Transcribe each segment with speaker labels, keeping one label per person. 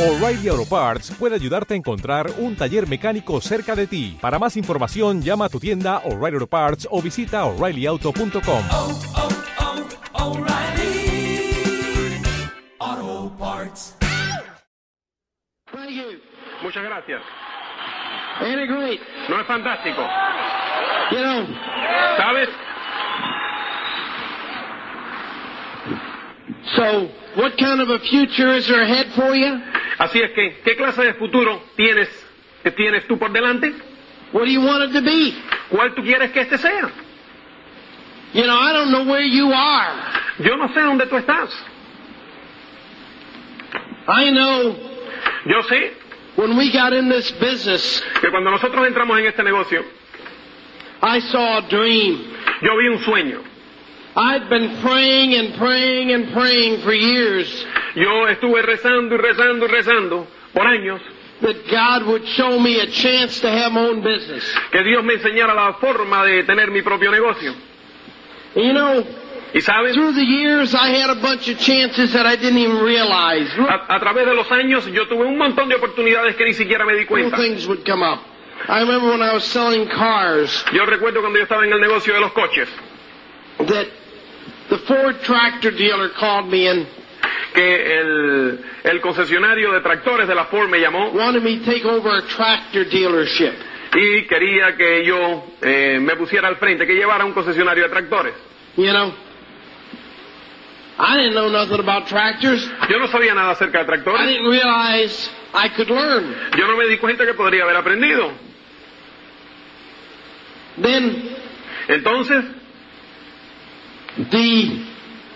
Speaker 1: O'Reilly Auto Parts puede ayudarte a encontrar un taller mecánico cerca de ti. Para más información, llama a tu tienda O'Reilly Auto Parts o visita oreillyauto.com.
Speaker 2: oh, oh, O'Reilly. Auto parts.
Speaker 3: Thank you.
Speaker 4: Muchas gracias.
Speaker 3: Very great.
Speaker 4: No es fantástico.
Speaker 3: You know,
Speaker 4: ¿Sabes?
Speaker 3: so what kind of a future is there ahead for you?
Speaker 4: Así es que, ¿qué clase de futuro tienes, que tienes tú por delante?
Speaker 3: What do you want it to be?
Speaker 4: ¿Cuál tú quieres que este sea?
Speaker 3: You know, I don't know where you are.
Speaker 4: Yo no sé dónde tú estás.
Speaker 3: I know
Speaker 4: Yo sé
Speaker 3: when we got in this business,
Speaker 4: que cuando nosotros entramos en este negocio,
Speaker 3: I saw a dream.
Speaker 4: yo vi un sueño.
Speaker 3: I'd been praying and praying and praying for years
Speaker 4: Yo estuve rezando y rezando y rezando por años
Speaker 3: that God would show me a chance to have my own business.
Speaker 4: que Dios me enseñara la forma de tener mi propio negocio.
Speaker 3: And you know,
Speaker 4: Y sabes,
Speaker 3: through the years, I had a bunch of chances that I didn't even realize.
Speaker 4: a, a través de los años yo tuve un montón de oportunidades que ni siquiera me di
Speaker 3: Little
Speaker 4: cuenta.
Speaker 3: things would come up. I remember when I was selling cars,
Speaker 4: Yo recuerdo cuando yo estaba en el negocio de los coches,
Speaker 3: that the Ford tractor dealer called me and
Speaker 4: que el, el concesionario de tractores de la Ford me llamó
Speaker 3: wanted me to take over a tractor dealership.
Speaker 4: y quería que yo eh, me pusiera al frente, que llevara un concesionario de tractores.
Speaker 3: You know, I didn't know nothing about tractors.
Speaker 4: Yo no sabía nada acerca de
Speaker 3: I
Speaker 4: tractores,
Speaker 3: didn't realize I could learn.
Speaker 4: yo no me di cuenta que podría haber aprendido.
Speaker 3: Then
Speaker 4: Entonces,
Speaker 3: the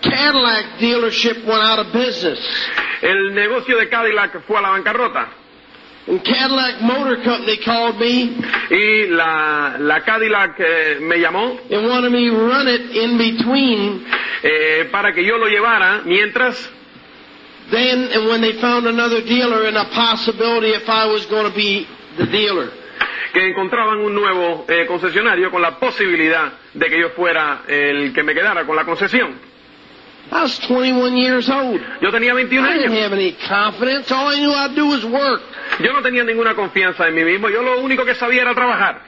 Speaker 3: Cadillac dealership went out of business.
Speaker 4: el negocio de Cadillac fue a la bancarrota
Speaker 3: And Cadillac Motor Company called me
Speaker 4: y la, la Cadillac eh, me llamó
Speaker 3: and wanted me to run it in between
Speaker 4: eh, para que yo lo llevara mientras
Speaker 3: Then, and when they found another dealer and a possibility if I was going to be the dealer.
Speaker 4: que encontraban un nuevo eh, concesionario con la posibilidad de que yo fuera el que me quedara con la concesión.
Speaker 3: I was 21 years old.
Speaker 4: Yo tenía 21
Speaker 3: I didn't
Speaker 4: años.
Speaker 3: have any confidence. All I knew how to do was work.
Speaker 4: Yo no tenía ninguna confianza en mí mismo, yo lo único que sabía era trabajar.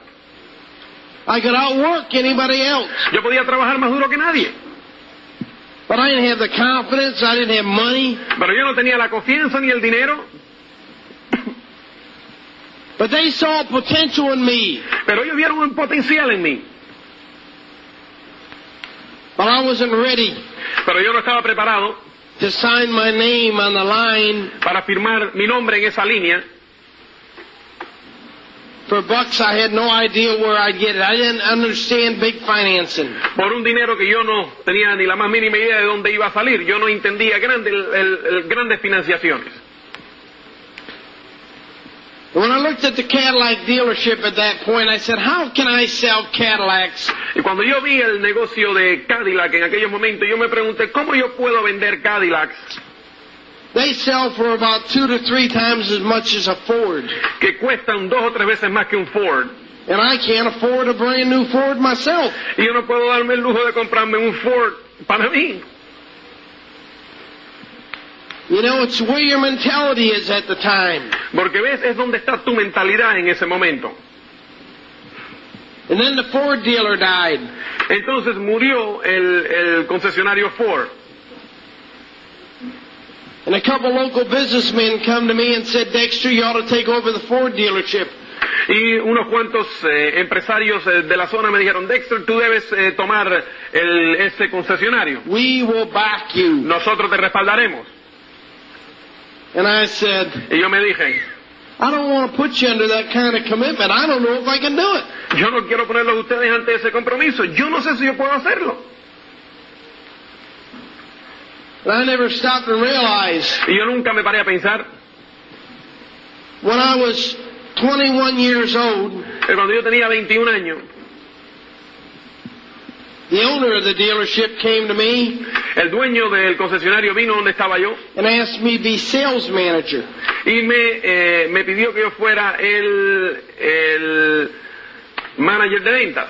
Speaker 3: I could outwork anybody else.
Speaker 4: Yo podía trabajar más duro que nadie,
Speaker 3: But I didn't have the confidence. I didn't have money.
Speaker 4: pero yo no tenía la confianza ni el dinero,
Speaker 3: But they saw potential in me.
Speaker 4: pero ellos vieron un potencial en mí,
Speaker 3: But I wasn't ready
Speaker 4: pero yo no estaba preparado
Speaker 3: to sign my name on the line
Speaker 4: para firmar mi nombre en esa línea.
Speaker 3: for bucks. I had no idea where I'd get it. I didn't understand big financing.
Speaker 4: por un dinero que yo no tenía ni la más mínima idea de dónde iba a salir. Yo no entendía grandes, el- el- el- grandes financiaciones.
Speaker 3: When I looked at the Cadillac dealership at that point, I said, how can I sell Cadillacs
Speaker 4: Y cuando yo vi el negocio de Cadillac en aquellos momentos, yo me pregunté, ¿cómo yo puedo vender Cadillacs
Speaker 3: They sell for about two to three times as much as a Ford.
Speaker 4: que cuestan dos o tres veces más que un Ford?
Speaker 3: And I can't afford a brand new Ford myself.
Speaker 4: Y yo no puedo darme el lujo de comprarme un Ford para mí.
Speaker 3: You know, it's where your mentality is at the time.
Speaker 4: Porque ves, es donde está tu mentalidad en ese momento.
Speaker 3: And then the Ford dealer died.
Speaker 4: Entonces murió el, el concesionario Ford.
Speaker 3: And a couple local businessmen come to me and said, Dexter, you ought to take over the Ford dealership.
Speaker 4: Y unos cuantos eh, empresarios eh, de la zona me dijeron, Dexter, tú debes eh, tomar el, ese concesionario.
Speaker 3: We will back you.
Speaker 4: Nosotros te respaldaremos.
Speaker 3: And I said,
Speaker 4: Y yo me dije,
Speaker 3: I don't want to put you under that kind of commitment. I don't know if I can do it.
Speaker 4: yo no quiero ponerlos a ustedes ante ese compromiso. Yo no sé si yo puedo hacerlo.
Speaker 3: And I never stopped and realized
Speaker 4: Y yo nunca me paré a pensar.
Speaker 3: when I was 21 years old,
Speaker 4: que cuando yo tenía 21 años,
Speaker 3: the owner of the dealership came to me
Speaker 4: el dueño del concesionario vino donde estaba yo
Speaker 3: and asked me to be sales manager.
Speaker 4: y me, eh, me pidió que yo fuera el, el manager de ventas.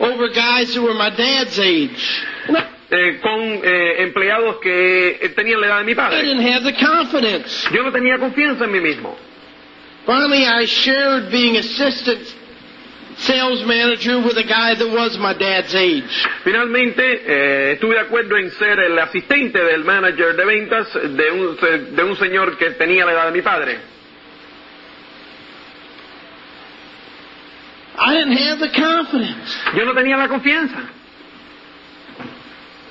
Speaker 3: over guys who were my dad's age. And I
Speaker 4: eh, con eh, empleados que eh, tenían la edad de mi
Speaker 3: I
Speaker 4: padre.
Speaker 3: didn't have the confidence.
Speaker 4: Yo no tenía confianza en mí mismo.
Speaker 3: Finally, I shared being assistant sales manager with a guy that was my dad's age.
Speaker 4: Finalmente, eh, estuve de acuerdo en ser el asistente del manager de ventas de un, de un señor que tenía la edad de mi padre.
Speaker 3: I didn't have the confidence.
Speaker 4: Yo no tenía la confianza.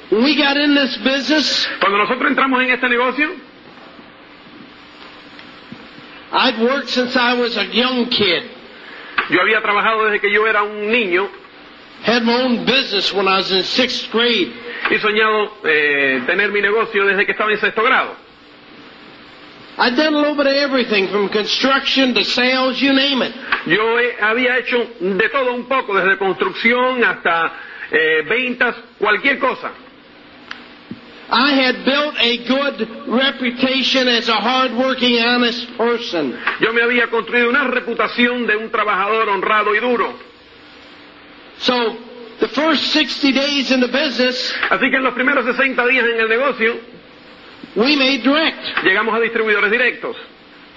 Speaker 3: When we got in this business,
Speaker 4: Cuando nosotros entramos en este negocio,
Speaker 3: I'd worked since I was a young kid.
Speaker 4: yo había trabajado desde que yo era un niño
Speaker 3: Had my own business when I was in sixth grade.
Speaker 4: y soñado eh, tener mi negocio desde que estaba en sexto grado.
Speaker 3: I'd done a little bit of everything from construction to sales, you name it.
Speaker 4: Yo he- había hecho de todo un poco, desde construcción hasta eh, ventas, cualquier cosa.
Speaker 3: I had built a good reputation as a hard-working, honest person.
Speaker 4: Yo me había construido una reputación de un trabajador honrado y duro.
Speaker 3: So, the first 60 days in the business,
Speaker 4: Así que en los primeros 60 días en el negocio
Speaker 3: we made direct.
Speaker 4: llegamos a distribuidores directos.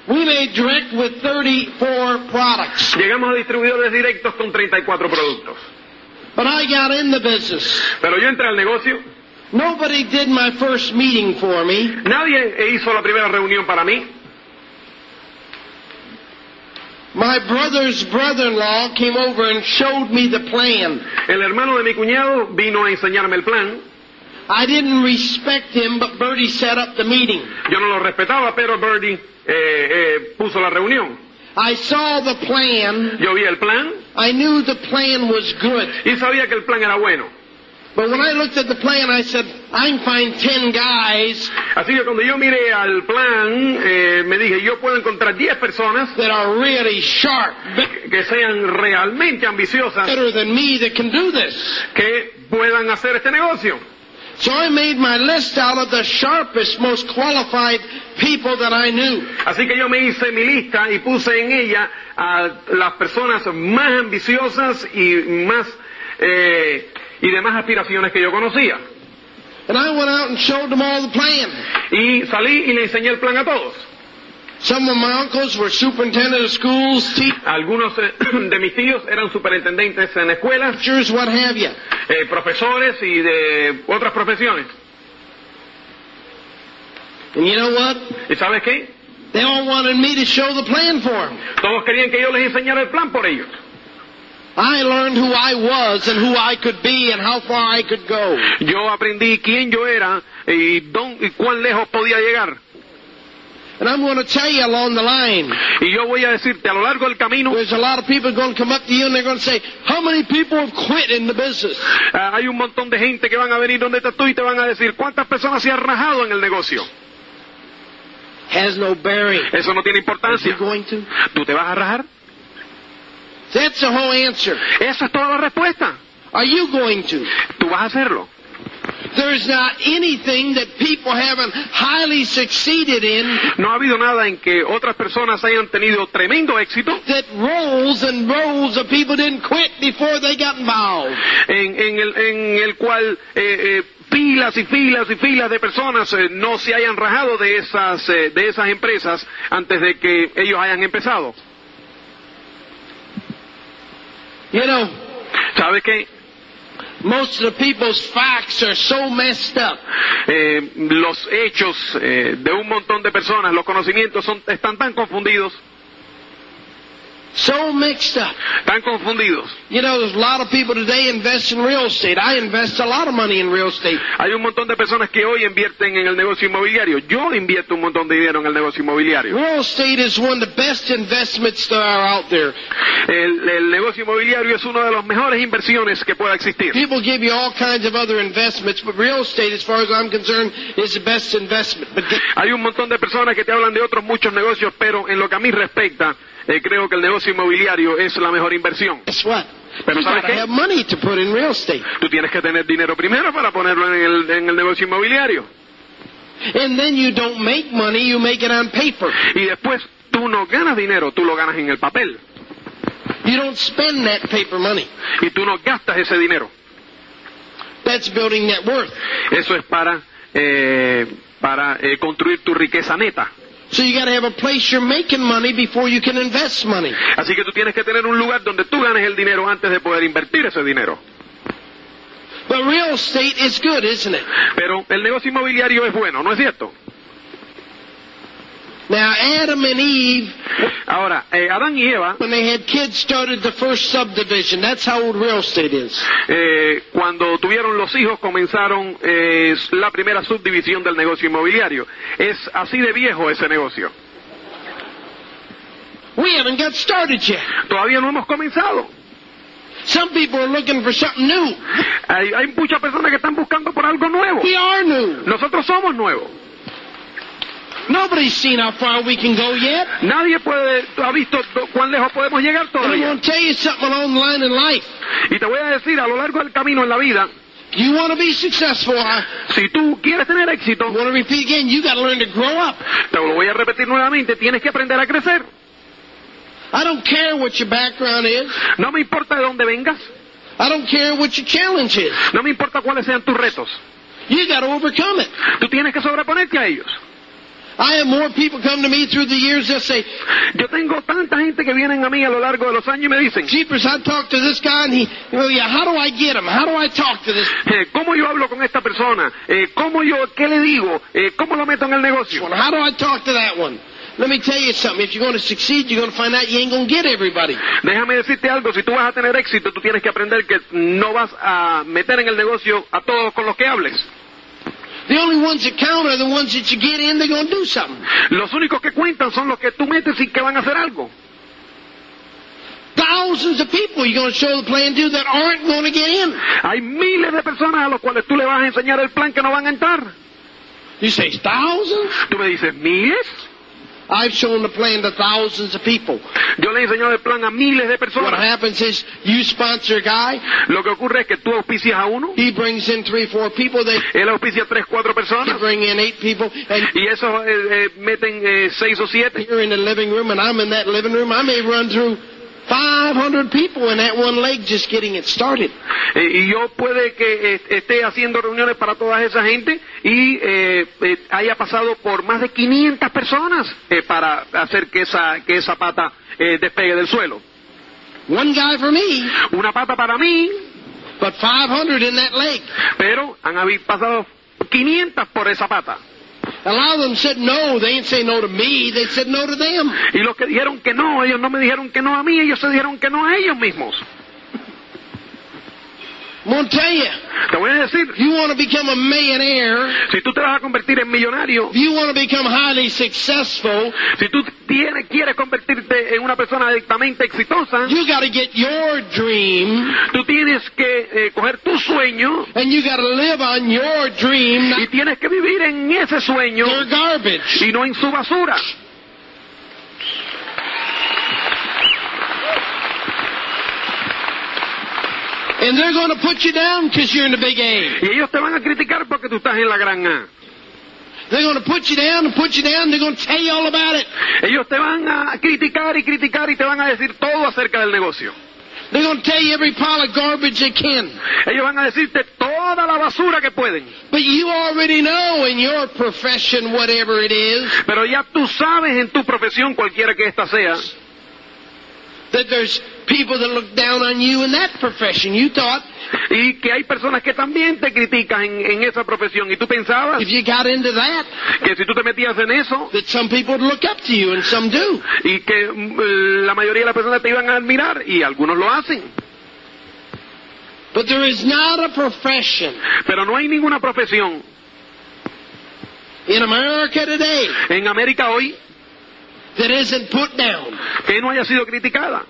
Speaker 3: We made direct with 34 products.
Speaker 4: Llegamos a distribuidores directos con 34 productos.
Speaker 3: But I got in the business.
Speaker 4: Pero yo entré al negocio,
Speaker 3: Nobody did my first meeting for me.
Speaker 4: nadie hizo la primera reunión para mí.
Speaker 3: My brother's brother-in-law came over and showed me the plan.
Speaker 4: El hermano de mi cuñado vino a enseñarme el plan.
Speaker 3: I didn't respect him, but Bertie set up the meeting.
Speaker 4: Yo no lo respetaba, pero Birdie eh, eh, puso la reunión.
Speaker 3: I saw the plan.
Speaker 4: Yo vi el plan
Speaker 3: I knew the plan was good.
Speaker 4: y sabía que el plan era bueno.
Speaker 3: But when I looked at the plan, I said, I can find 10 guys
Speaker 4: Así que cuando yo miré al plan, eh, me dije, yo puedo encontrar 10 personas
Speaker 3: that are really sharp, be-
Speaker 4: que sean realmente ambiciosas
Speaker 3: better than me that can do this.
Speaker 4: que puedan hacer este negocio.
Speaker 3: So I made my list out of the sharpest, most qualified people that I knew.
Speaker 4: Así que yo me hice mi lista y puse en ella a las personas más ambiciosas y más eh, y de más aspiraciones que yo conocía.
Speaker 3: And I went out and showed them all the plan.
Speaker 4: Y salí y le enseñé el plan a todos.
Speaker 3: Some of my uncles were superintendent of schools,
Speaker 4: Algunos eh, de mis tíos eran superintendentes en escuelas,
Speaker 3: teachers, what have you.
Speaker 4: eh, profesores y de otras profesiones.
Speaker 3: And you know what?
Speaker 4: ¿Y sabes qué?
Speaker 3: They all wanted me to show the plan for them.
Speaker 4: Todos querían que yo les enseñara el plan por ellos.
Speaker 3: I learned who I was and who I could be and how far I could go.
Speaker 4: Yo aprendí quién yo era y, dónde- y cuán lejos podía llegar.
Speaker 3: And I'm going to tell you along the line.
Speaker 4: Y yo voy a decirte a lo largo del camino
Speaker 3: There's a lot of people going to come up to you and they're going to say, how many people have quit in the business?
Speaker 4: Ah, hay un montón de gente que van a venir donde estás tú y te van a decir cuántas personas se han rajado en el negocio.
Speaker 3: Has no bearing.
Speaker 4: Eso no tiene
Speaker 3: Is he
Speaker 4: importancia.
Speaker 3: going to?
Speaker 4: ¿Tú te vas a rajar?
Speaker 3: That's the whole answer.
Speaker 4: Esa es toda la respuesta.
Speaker 3: Are you going to?
Speaker 4: Tú vas a hacerlo.
Speaker 3: There's not anything that people haven't highly succeeded in
Speaker 4: No ha habido nada en que otras personas hayan tenido tremendo éxito
Speaker 3: that rolls and rolls of people didn't quit before they got involved.
Speaker 4: en, en el, en el cual eh, eh, filas y filas y filas de personas eh, no se hayan rajado de esas, eh, de esas empresas antes de que ellos hayan empezado.
Speaker 3: You know,
Speaker 4: ¿Sabes qué?
Speaker 3: most of the people's facts are so messed up.
Speaker 4: Eh, los hechos eh, de un montón de personas, los conocimientos son, están tan confundidos,
Speaker 3: So mixed up.
Speaker 4: tan confundidos.
Speaker 3: You know, there's a lot of people today invest in real estate. I invest a lot of money in real estate.
Speaker 4: Hay un montón de personas que hoy invierten en el negocio inmobiliario. Yo invierto un montón de dinero en el negocio inmobiliario.
Speaker 3: Real estate is one of the best investments that are out there.
Speaker 4: El, el negocio inmobiliario es una de las mejores inversiones que pueda existir.
Speaker 3: People give you all kinds of other investments, but real estate, as far as I'm concerned, is the best investment. But th-
Speaker 4: Hay un montón de personas que te hablan de otros muchos negocios, pero en lo que a mí respecta, eh, creo que el negocio inmobiliario es la mejor inversión.
Speaker 3: guess what?
Speaker 4: Pero
Speaker 3: you
Speaker 4: ¿sabes
Speaker 3: gotta
Speaker 4: qué?
Speaker 3: have money to put in real estate.
Speaker 4: Tú tienes que tener dinero primero para ponerlo en el, en el negocio inmobiliario.
Speaker 3: And then you don't make money, you make it on paper.
Speaker 4: Y después tú no ganas dinero, tú lo ganas en el papel.
Speaker 3: You don't spend that paper money.
Speaker 4: Y tú no gastas ese dinero.
Speaker 3: That's building net worth.
Speaker 4: Eso es para, eh, para eh, construir tu riqueza neta.
Speaker 3: So you got to have a place you're making money before you can invest money.
Speaker 4: Así que tú tienes que tener un lugar donde tú ganes el dinero antes de poder invertir ese dinero.
Speaker 3: But real estate is good, isn't it?
Speaker 4: Pero el negocio inmobiliario es bueno, ¿no es cierto?
Speaker 3: Now, Adam and Eve,
Speaker 4: Ahora, eh, Adán y Eva,
Speaker 3: when they had kids, started the first subdivision. That's how old real estate is.
Speaker 4: eh, cuando tuvieron los hijos, comenzaron eh, la primera subdivisión del negocio inmobiliario. Es así de viejo ese negocio.
Speaker 3: We haven't got started yet.
Speaker 4: Todavía no hemos comenzado.
Speaker 3: Some people are looking for something new.
Speaker 4: Hay, hay muchas personas que están buscando por algo nuevo.
Speaker 3: We are new.
Speaker 4: Nosotros somos nuevos.
Speaker 3: Nobody's seen how far we can go yet.
Speaker 4: Nadie puede, ha visto do- cuán lejos podemos llegar
Speaker 3: And I'm
Speaker 4: todavía.
Speaker 3: going to tell you something along the line in life.
Speaker 4: Y te voy a decir, a lo largo del camino en la vida,
Speaker 3: You want to be successful, huh?
Speaker 4: si tú quieres tener
Speaker 3: I
Speaker 4: éxito,
Speaker 3: want to repeat again, you got to learn to grow up.
Speaker 4: te lo voy a repetir nuevamente, tienes que aprender a crecer.
Speaker 3: I don't care what your background is.
Speaker 4: No me importa de dónde vengas,
Speaker 3: I don't care what your challenge is.
Speaker 4: no me importa cuáles sean tus retos.
Speaker 3: You got to overcome it.
Speaker 4: Tú tienes que sobreponerte a ellos.
Speaker 3: I have more people come to me through the years that say,
Speaker 4: Yo tengo tanta gente que vienen a mí a lo largo de los años y me dicen,
Speaker 3: Jeepers, I talked to this guy and he, well, yeah, how do I get him? How do I talk to this
Speaker 4: eh, ¿cómo yo hablo con esta persona? Eh, ¿Cómo yo, qué le digo? Eh, ¿Cómo lo meto en el negocio?
Speaker 3: one? How do I talk to that one? Let me tell you something. If you're going to succeed, you're going to find out you ain't going to get everybody.
Speaker 4: Déjame decirte algo, si tú vas a tener éxito, tú tienes que aprender que no vas a meter en el negocio a todos con los que hables.
Speaker 3: The only ones that count are the ones that you get in, they're going to do something.
Speaker 4: Los únicos que cuentan son los que tú metes y que van a hacer algo.
Speaker 3: Thousands of people you're going to show the plan to that aren't going to get in.
Speaker 4: Hay miles de personas a los cuales tú le vas a enseñar el plan que no van a entrar.
Speaker 3: You say, thousands?
Speaker 4: Tú me dices, ¿miles?
Speaker 3: I've shown the plan to thousands of people.
Speaker 4: Yo le he enseñado el plan a miles de
Speaker 3: What
Speaker 4: personas.
Speaker 3: happens is you sponsor a guy,
Speaker 4: Lo que ocurre es que tú auspicias a uno,
Speaker 3: he brings in three, four people, they
Speaker 4: él auspicia a tres, cuatro personas,
Speaker 3: bring in eight people, and
Speaker 4: y esos eh, eh, meten eh, seis o siete.
Speaker 3: you're in the living room and I'm in that living room. I may run through 500 people in that one leg just getting it started.
Speaker 4: Eh, y yo puede que eh, esté haciendo reuniones para toda esa gente y eh, eh, haya pasado por más de 500 personas eh, para hacer que esa, que esa pata eh, despegue del suelo.
Speaker 3: One guy for me,
Speaker 4: Una pata para mí,
Speaker 3: but 500 in that leg.
Speaker 4: pero han habido pasado 500 por esa pata.
Speaker 3: A lot of them said no. They ain't say no to me. They said no to them.
Speaker 4: Y los que dijeron que no, ellos no me dijeron que no a mí, ellos se dijeron que no a ellos mismos.
Speaker 3: I'm going to tell you,
Speaker 4: Te voy a decir,
Speaker 3: if you want to become a millionaire,
Speaker 4: si tú te vas a convertir en millonario,
Speaker 3: if you want to become highly successful,
Speaker 4: si tú tienes, quieres convertirte en una persona directamente exitosa,
Speaker 3: you got to get your dream
Speaker 4: tú tienes que eh, coger tu sueño
Speaker 3: and you got to live on your dream,
Speaker 4: y
Speaker 3: not
Speaker 4: tienes que vivir en ese sueño
Speaker 3: your garbage.
Speaker 4: y no en su basura.
Speaker 3: And they're going to put you down because you're in the big A.
Speaker 4: Y ellos te van a criticar porque tú estás en la gran A.
Speaker 3: They're going to put you down and put you down. and They're going to tell you all about it.
Speaker 4: Ellos te van a criticar y criticar y te van a decir todo acerca del negocio.
Speaker 3: They're going to tell you every pile of garbage they can.
Speaker 4: Ellos van a decirte toda la basura que pueden.
Speaker 3: But you already know in your profession, whatever it is,
Speaker 4: Pero ya tú sabes en tu profesión, cualquiera que ésta sea,
Speaker 3: that there's people that look down on you in that profession. You thought
Speaker 4: y que hay personas que también te critican en, en esa profesión. Y tú pensabas
Speaker 3: if you got into that,
Speaker 4: que si tú te metías en eso
Speaker 3: that some people would look up to you and some do.
Speaker 4: y que mm, eh, la mayoría de las personas te iban a admirar, y algunos lo hacen.
Speaker 3: But there is not a profession
Speaker 4: Pero no hay ninguna profesión
Speaker 3: in America today
Speaker 4: en América hoy
Speaker 3: that isn't put down.
Speaker 4: que no haya sido criticada.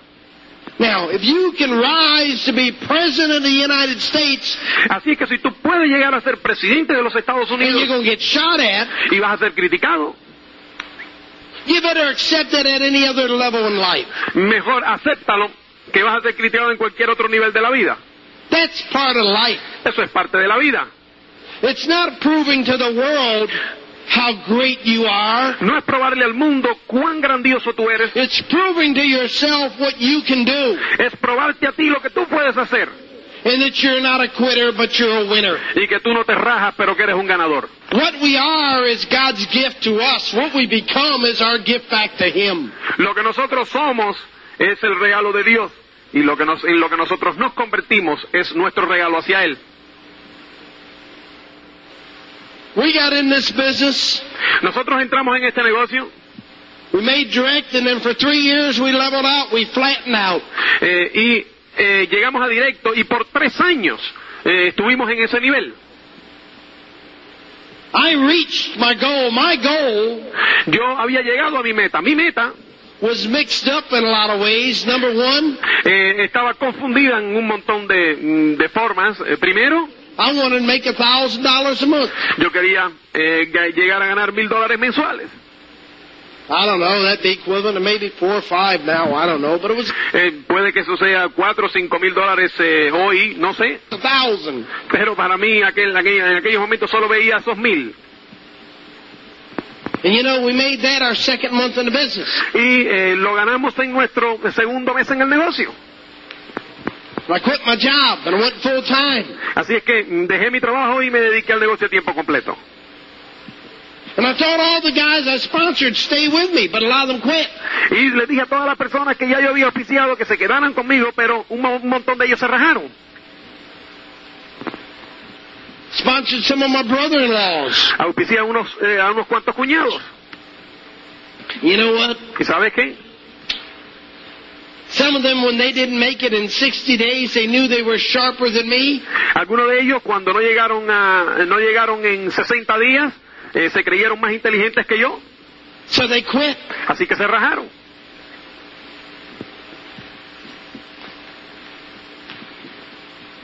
Speaker 3: Now, if you can rise to be president of the United States
Speaker 4: Así es que si tú puedes llegar a ser presidente de los Estados
Speaker 3: and you're
Speaker 4: Unidos
Speaker 3: going to get shot at,
Speaker 4: y vas a ser criticado,
Speaker 3: you better accept that at any other level in life.
Speaker 4: mejor acéptalo que vas a ser criticado en cualquier otro nivel de la vida.
Speaker 3: That's part of life.
Speaker 4: Eso es parte de la vida.
Speaker 3: It's not proving to the world how great you are.
Speaker 4: No es probarle al mundo cuán grandioso tú eres,
Speaker 3: It's proving to yourself what you can do.
Speaker 4: es probarte a ti lo que tú puedes hacer.
Speaker 3: and that you're not a quitter, but you're a winner.
Speaker 4: y que tú no te rajas, pero que eres un ganador.
Speaker 3: What we are is God's gift to us. What we become is our gift back to Him.
Speaker 4: Lo que nosotros somos es el regalo de Dios y lo que, nos, en lo que nosotros nos convertimos es nuestro regalo hacia Él.
Speaker 3: We got in this business.
Speaker 4: Nosotros entramos en este negocio
Speaker 3: We made direct, and then for three years we leveled out. We flattened out.
Speaker 4: eh, y eh, llegamos a directo y por tres años eh, estuvimos en ese nivel.
Speaker 3: I reached my goal. My goal
Speaker 4: Yo había llegado a mi meta. Mi meta
Speaker 3: was mixed up in a lot of ways. Number one,
Speaker 4: eh, estaba confundida en un montón de, mm, de formas. Eh, primero,
Speaker 3: I wanted to make a thousand dollars a month.
Speaker 4: yo quería eh, ga- llegar a ganar mil dólares mensuales.
Speaker 3: I don't know. That'd be equivalent to maybe four or five now. I don't know, but it was
Speaker 4: Eh, puede que eso sea cuatro o cinco mil dólares eh, hoy, no sé.
Speaker 3: a thousand.
Speaker 4: Pero para mí aquel, aquel- en aquellos momentos solo veía esos mil.
Speaker 3: And you know, we made that our second month in the business.
Speaker 4: Y eh, lo ganamos en nuestro segundo mes en el negocio.
Speaker 3: And I quit my job and I went full time.
Speaker 4: Así es que mm, dejé mi trabajo y me dediqué al negocio a tiempo completo.
Speaker 3: And I told all the guys I sponsored stay with me, but a lot of them quit.
Speaker 4: Y les dije a todas las personas que ya yo había auspiciado que se quedaran conmigo, pero un, mo- un montón de ellos se rajaron.
Speaker 3: Sponsored some of my brother-in-laws.
Speaker 4: Auspicié a unos, eh, a unos cuantos cuñados.
Speaker 3: You know what?
Speaker 4: ¿Y sabes qué?
Speaker 3: Some of them, when they didn't make it in 60 days, they knew they were sharper than me.
Speaker 4: Algunos de ellos cuando no llegaron, a, eh, no llegaron en 60 días, eh, se creyeron más inteligentes que yo,
Speaker 3: So they quit.
Speaker 4: así que se rajaron.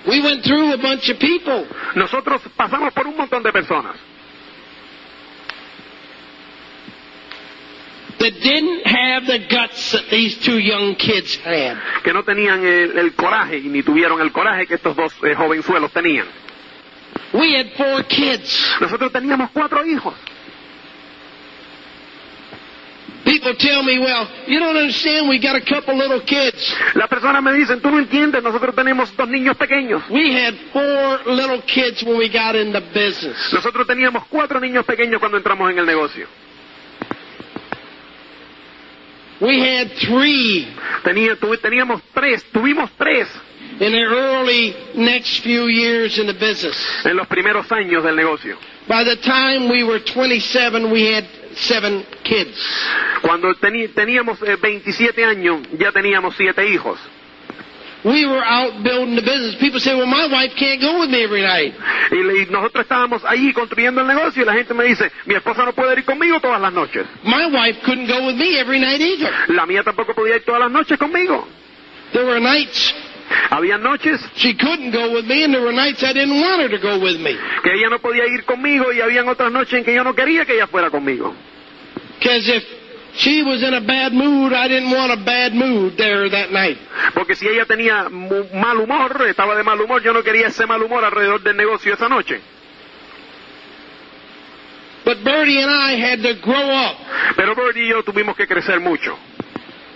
Speaker 3: We went through a bunch of people.
Speaker 4: Nosotros pasamos por un montón de personas
Speaker 3: that didn't have the guts that these two young kids had.
Speaker 4: que no tenían el, el coraje y ni tuvieron el coraje que estos dos eh, jovenzuelos tenían.
Speaker 3: We had four kids.
Speaker 4: Nosotros teníamos cuatro hijos.
Speaker 3: People tell me, well, you don't understand, we got a couple little kids.
Speaker 4: Las personas me dicen, tú no entiendes, nosotros tenemos dos niños pequeños.
Speaker 3: We had four little kids when we got in the business.
Speaker 4: Nosotros teníamos cuatro niños pequeños cuando entramos en el negocio.
Speaker 3: We had three
Speaker 4: Tenía- tuve- teníamos tres, tuvimos tres
Speaker 3: in the early next few years in the business.
Speaker 4: en los primeros años del negocio.
Speaker 3: By the time we were 27, we had seven kids.
Speaker 4: Cuando teni- teníamos eh, 27 años, ya teníamos siete hijos.
Speaker 3: We were out building the business. People say, well, my wife can't go with me every night.
Speaker 4: Y, le- y nosotros estábamos ahí construyendo el negocio y la gente me dice, mi esposa no puede ir conmigo todas las noches.
Speaker 3: My wife couldn't go with me every night either.
Speaker 4: La mía tampoco podía ir todas las noches conmigo.
Speaker 3: There were nights
Speaker 4: Había noches
Speaker 3: She couldn't go with me, and there were nights I didn't want her to go with me
Speaker 4: que ella no podía ir conmigo y habían otras noches en que yo no quería que ella fuera conmigo.
Speaker 3: because if she was in a bad mood, I didn't want a bad mood there that night.
Speaker 4: Porque si ella tenía mu- mal humor, estaba de mal humor, yo no quería ese mal humor alrededor del negocio esa noche.
Speaker 3: But Bertie and I had to grow up
Speaker 4: Pero Bird y yo tuvimos que crecer mucho,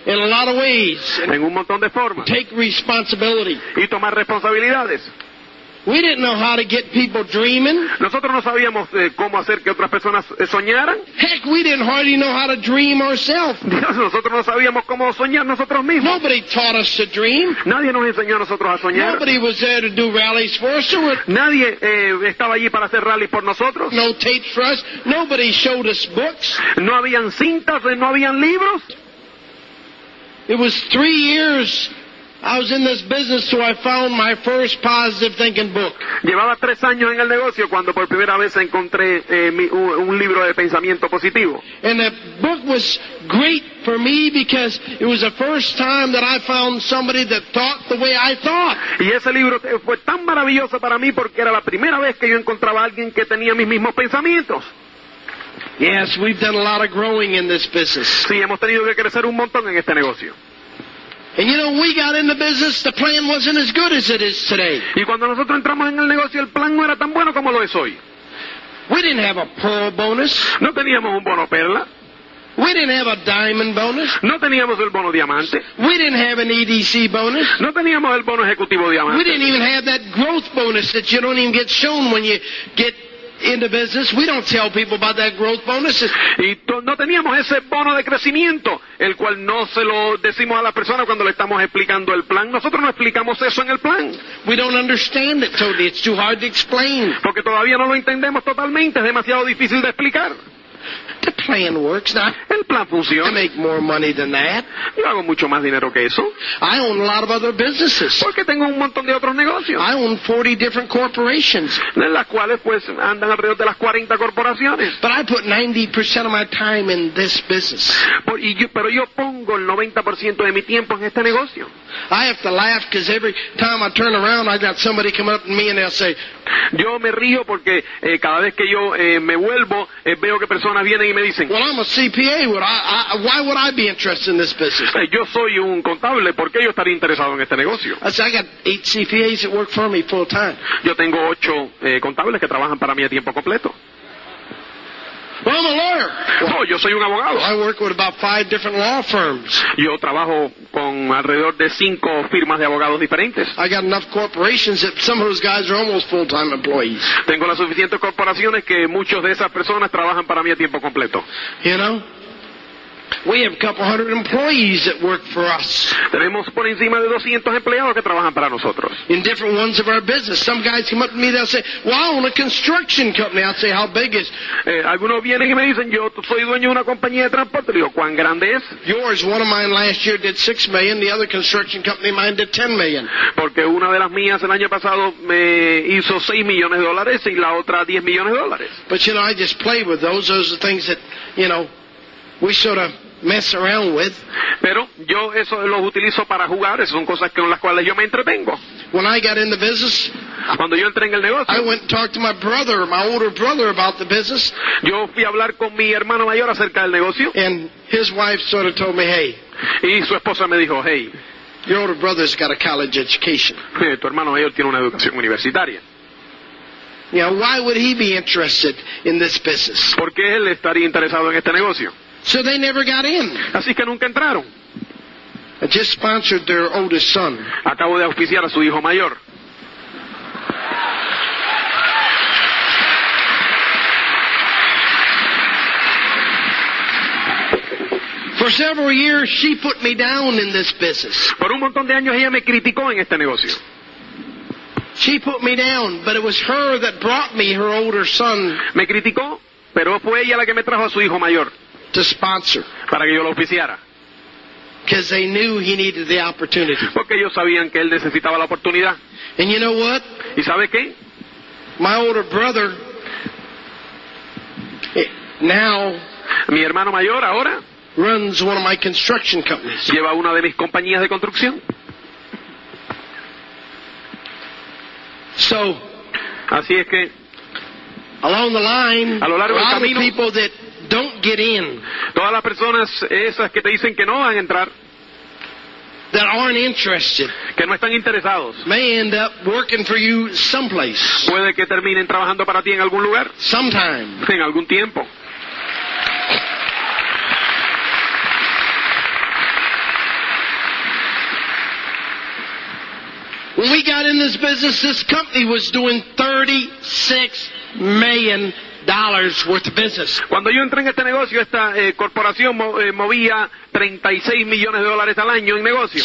Speaker 3: in a lot of ways and
Speaker 4: en un montón de formas,
Speaker 3: take responsibility.
Speaker 4: y tomar responsabilidades.
Speaker 3: We didn't know how to get people dreaming.
Speaker 4: Nosotros no sabíamos eh, cómo hacer que otras personas eh, soñaran.
Speaker 3: Heck, we didn't hardly know how to dream ourselves.
Speaker 4: Dios, nosotros no sabíamos cómo soñar nosotros mismos.
Speaker 3: Nobody taught us to dream.
Speaker 4: Nadie nos enseñó a nosotros a soñar.
Speaker 3: Nobody was there to do rallies for us. There were
Speaker 4: Nadie eh, estaba allí para hacer rallies por nosotros.
Speaker 3: no tapes for us. Nobody showed us books.
Speaker 4: No habían cintas, eh, no habían libros.
Speaker 3: It was three years I was in this business till I found my first positive thinking book.
Speaker 4: Llevaba tres años en el negocio cuando por primera vez encontré eh, mi- un, un libro de pensamiento positivo.
Speaker 3: And the book was great for me because it was the first time that I found somebody that thought the way I thought.
Speaker 4: Y ese libro eh, fue tan maravilloso para mí porque era la primera vez que yo encontraba a alguien que tenía mis mismos pensamientos.
Speaker 3: Yes, we've done a lot of growing in this business.
Speaker 4: Sí, hemos tenido que crecer un montón en este negocio.
Speaker 3: And you know, we got in the business, the plan wasn't as good as it is today.
Speaker 4: Y cuando nosotros entramos en el negocio, el plan no era tan bueno como lo es hoy.
Speaker 3: We didn't have a pearl bonus.
Speaker 4: No teníamos un bono perla.
Speaker 3: We didn't have a diamond bonus.
Speaker 4: No teníamos el bono diamante,
Speaker 3: We didn't have an EDC bonus.
Speaker 4: no teníamos el bono ejecutivo
Speaker 3: We
Speaker 4: diamante,
Speaker 3: didn't even have that growth bonus that you don't even get shown when you get into business. We don't tell people about that growth bonus.
Speaker 4: y to- no teníamos ese bono de crecimiento, el cual no se lo decimos a la persona cuando le estamos explicando el plan. Nosotros no explicamos eso en el plan,
Speaker 3: We don't understand it totally. It's too hard to explain.
Speaker 4: porque todavía no lo entendemos totalmente, es demasiado difícil de explicar.
Speaker 3: The plan works. Now,
Speaker 4: El plan
Speaker 3: I
Speaker 4: funciona.
Speaker 3: make more money than that.
Speaker 4: Yo hago mucho más dinero que eso,
Speaker 3: I own a lot of other businesses.
Speaker 4: porque tengo un montón de otros negocios,
Speaker 3: I own 40 different corporations.
Speaker 4: de las cuales pues andan alrededor de las 40 corporaciones.
Speaker 3: But I put 90% of my time in this business.
Speaker 4: Por- y yo- pero yo pongo el 90% de mi tiempo en este negocio.
Speaker 3: I have to laugh because every time I turn around, I got somebody come up to me and they'll say,
Speaker 4: Yo me río porque eh, cada vez que yo eh, me vuelvo, eh, veo que personas vienen y me dicen,
Speaker 3: "Well, I'm a CPA. Would I, I, why would I be interested in this business?"
Speaker 4: "Eh, yo soy un contable, ¿por qué yo estaría interesado en este negocio?
Speaker 3: I said, "I got eight CPAs that work for me full time."
Speaker 4: Yo tengo ocho eh, contables que trabajan para mí a tiempo completo.
Speaker 3: Well, I'm a lawyer.
Speaker 4: No, yo soy un abogado.
Speaker 3: I work with about five different law firms.
Speaker 4: Yo trabajo con alrededor de cinco firmas de abogados diferentes.
Speaker 3: I got enough corporations that some of those guys are almost full time employees.
Speaker 4: Tengo las suficientes corporaciones que muchas de esas personas trabajan para mí a tiempo completo.
Speaker 3: You know, we have a couple hundred employees that work for us
Speaker 4: Tenemos por encima de 200 empleados que trabajan para nosotros.
Speaker 3: in different ones of our business. Some guys come up to me, they'll say, "Well, I own a construction company." I'll say, "How big is
Speaker 4: Eh, algunos vienen y me dicen, yo soy dueño de una compañía de transporte. Le digo, ¿cuán grande es?
Speaker 3: Yours, one of mine last year did six million. The other construction company, mine did ten million.
Speaker 4: Porque una de las mías el año pasado me hizo 6 millones de dólares y la otra 10 millones de dólares.
Speaker 3: But you know, I just play with those. Those are things that you know we sort of mess around with.
Speaker 4: Pero yo eso los utilizo para jugar, esas son cosas con las cuales yo me entretengo.
Speaker 3: When I got in the business,
Speaker 4: Cuando yo entré en el
Speaker 3: I
Speaker 4: negocio,
Speaker 3: went and talked to my brother, my older brother, about the business,
Speaker 4: yo fui a hablar con mi hermano mayor acerca del negocio
Speaker 3: and his wife sort of told me, "Hey,
Speaker 4: y su esposa me dijo, hey,
Speaker 3: your older brother's got a college education.
Speaker 4: eh, tu hermano mayor tiene una educación universitaria.
Speaker 3: You know, why would he be interested in this business?"
Speaker 4: ¿Por qué él estaría interesado en este negocio?
Speaker 3: So they never got in.
Speaker 4: Así que nunca entraron.
Speaker 3: I just sponsored their oldest son.
Speaker 4: Acabo de auspiciar a su hijo mayor.
Speaker 3: For several years, she put me down in this business.
Speaker 4: Por un montón de años ella me criticó en este negocio.
Speaker 3: She put me down, but it was her that brought me her older son
Speaker 4: Me criticó, pero fue ella la que me trajo a su hijo mayor
Speaker 3: to sponsor
Speaker 4: para que yo lo auspiciara.
Speaker 3: because they knew he needed the opportunity.
Speaker 4: Porque ellos sabían que él necesitaba la oportunidad.
Speaker 3: And you know what?
Speaker 4: ¿Y sabe qué?
Speaker 3: My older brother eh, now
Speaker 4: Mi hermano mayor ahora
Speaker 3: runs one of my construction companies.
Speaker 4: lleva una de mis compañías de construcción.
Speaker 3: So
Speaker 4: Así es que,
Speaker 3: along the line,
Speaker 4: A lo largo
Speaker 3: a
Speaker 4: del
Speaker 3: lot of
Speaker 4: camino-
Speaker 3: people that don't get in,
Speaker 4: todas las personas esas que te dicen que no van a entrar,
Speaker 3: that aren't interested,
Speaker 4: que no están interesados,
Speaker 3: may end up working for you someplace,
Speaker 4: puede que terminen trabajando para ti en algún lugar,
Speaker 3: sometime.
Speaker 4: en algún tiempo.
Speaker 3: When we got in this business, this company was doing thirty-six million dollars worth of business.
Speaker 4: Cuando yo entré en este negocio, esta eh, corporación mo- eh, movía 36 millones de dólares al año en negocio.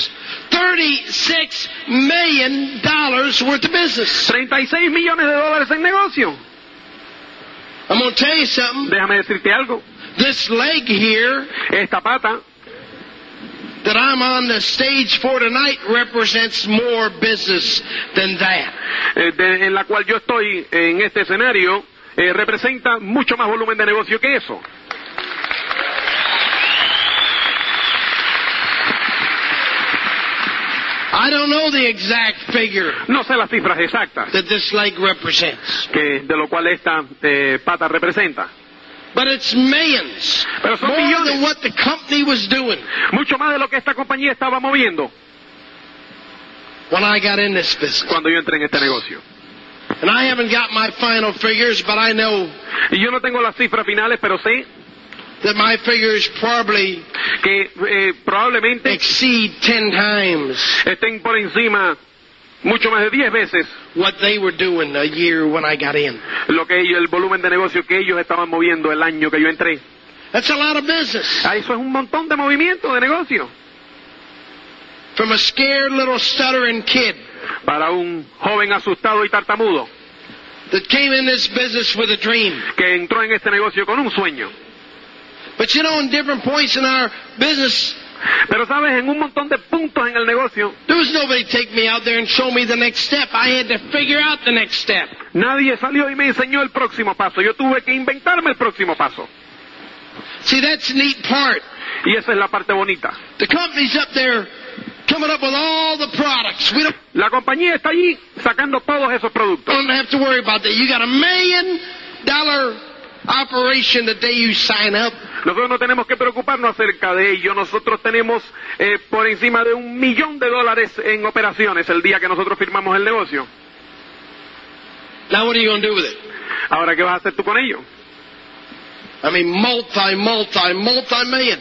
Speaker 3: Thirty-six million dollars worth of business.
Speaker 4: 36 millones de dólares en negocio.
Speaker 3: I'm gonna tell you something.
Speaker 4: Déjame decirte algo.
Speaker 3: This leg here
Speaker 4: Esta pata
Speaker 3: that I'm on the stage for tonight represents more business than that.
Speaker 4: eh, de- en la cual yo estoy eh, en este escenario eh, representa mucho más volumen de negocio que eso.
Speaker 3: I don't know the exact figure
Speaker 4: No sé las cifras exactas
Speaker 3: that this leg represents,
Speaker 4: que, de lo cual esta eh, pata representa.
Speaker 3: but it's millions.
Speaker 4: Pero son
Speaker 3: More than
Speaker 4: millones.
Speaker 3: what the company was doing
Speaker 4: Mucho más de lo que esta compañía estaba moviendo
Speaker 3: when I got in this business.
Speaker 4: cuando yo entré en este negocio.
Speaker 3: And I haven't got my final figures, but I know
Speaker 4: Y yo no tengo las cifras finales, pero sé
Speaker 3: that my figures probably
Speaker 4: que eh, probablemente
Speaker 3: exceed ten times
Speaker 4: estén por encima mucho más de 10 veces
Speaker 3: what they were doing a year when I got in.
Speaker 4: lo que ellos- el volumen de negocio que ellos estaban moviendo el año que yo entré.
Speaker 3: That's a lot of business.
Speaker 4: Ah, Eso es un montón de movimiento de negocio
Speaker 3: From a scared little stuttering kid
Speaker 4: para un joven asustado y tartamudo
Speaker 3: that came in this business with a dream.
Speaker 4: que entró en este negocio con un sueño.
Speaker 3: But you know, in different points in our business,
Speaker 4: Pero sabes, en un montón de puntos en el negocio,
Speaker 3: there was nobody to take me out there and show me the next step. I had to figure out the next step.
Speaker 4: nadie salió y me enseñó el próximo paso. Yo tuve que inventarme el próximo paso.
Speaker 3: See, that's the neat part.
Speaker 4: Y esa es la parte bonita.
Speaker 3: The company's up there coming up with all the products. We don't,
Speaker 4: La compañía está allí sacando todos esos productos.
Speaker 3: don't have to worry about that. You got a million dollar operation the day you sign up.
Speaker 4: Nosotros no tenemos que preocuparnos acerca de ello. Nosotros tenemos eh, por encima de un millón de dólares en operaciones el día que nosotros firmamos el negocio.
Speaker 3: Now what are you going to do with it?
Speaker 4: Ahora, ¿qué vas a hacer tú con ello?
Speaker 3: I mean, multi, multi, multi million.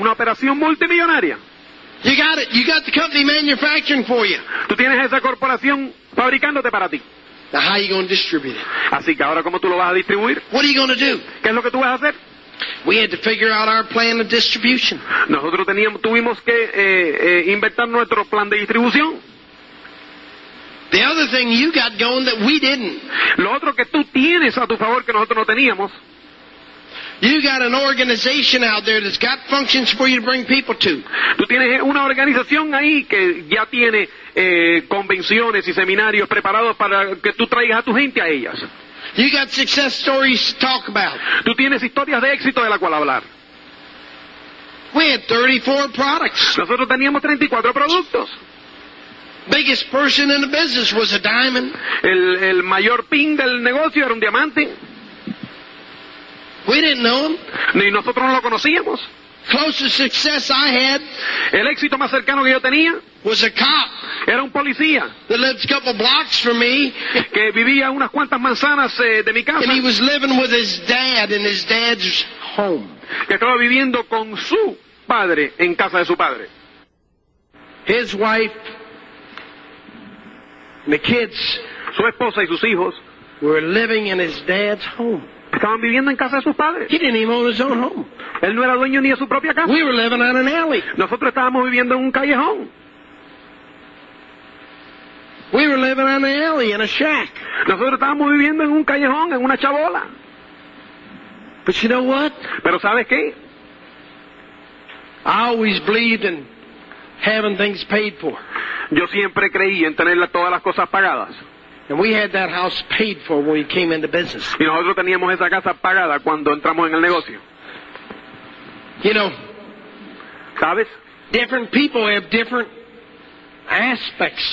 Speaker 4: Una operación multimillonaria.
Speaker 3: You got it. You got the company manufacturing for you.
Speaker 4: Tú tienes esa corporación fabricándote para ti.
Speaker 3: Now, how are you going to distribute it?
Speaker 4: Así que ahora, ¿cómo tú lo vas a distribuir?
Speaker 3: What are you going to do?
Speaker 4: ¿Qué es lo que tú vas a hacer?
Speaker 3: We had to figure out our plan of distribution.
Speaker 4: Nosotros teníamos, tuvimos que eh, eh, inventar nuestro plan de distribución.
Speaker 3: The other thing you got going that we didn't,
Speaker 4: Lo otro que tú tienes a tu favor que nosotros no teníamos,
Speaker 3: you got an organization out there that's got functions for you to bring people to.
Speaker 4: tú tienes una organización ahí que ya tiene eh, convenciones y seminarios preparados para que tú traigas a tu gente a ellas.
Speaker 3: You got success stories to talk about.
Speaker 4: Tú tienes historias de éxito de la cual hablar.
Speaker 3: We had 34 products.
Speaker 4: Nosotros teníamos 34 productos.
Speaker 3: Biggest person in the business was a diamond.
Speaker 4: El, el mayor pin del negocio era un diamante
Speaker 3: We didn't know him.
Speaker 4: y nosotros no lo conocíamos.
Speaker 3: Closest success I had
Speaker 4: El éxito más cercano que yo tenía
Speaker 3: was a cop
Speaker 4: era un policía
Speaker 3: that lived a couple blocks from me,
Speaker 4: que vivía unas cuantas manzanas eh, de mi casa,
Speaker 3: and he was living with his dad in his dad's home.
Speaker 4: que estaba viviendo con su padre en casa de su padre.
Speaker 3: His wife and the kids
Speaker 4: Su esposa y sus hijos
Speaker 3: were living in his dad's home.
Speaker 4: estaban viviendo en casa de sus padres.
Speaker 3: He didn't even own his own home.
Speaker 4: Él no era dueño ni de su propia casa.
Speaker 3: We were living on an alley.
Speaker 4: Nosotros estábamos viviendo en un callejón.
Speaker 3: We were living on an alley in a shack.
Speaker 4: Nosotros estábamos viviendo en un callejón, en una chabola.
Speaker 3: But you know what?
Speaker 4: Pero ¿sabes qué?
Speaker 3: I always believed in having things paid for.
Speaker 4: Yo siempre creí en tener la- todas las cosas pagadas.
Speaker 3: And we had that house paid for when we came into business.
Speaker 4: Y nosotros teníamos esa casa pagada cuando entramos en el negocio.
Speaker 3: You know,
Speaker 4: ¿Sabes?
Speaker 3: different people have different aspects.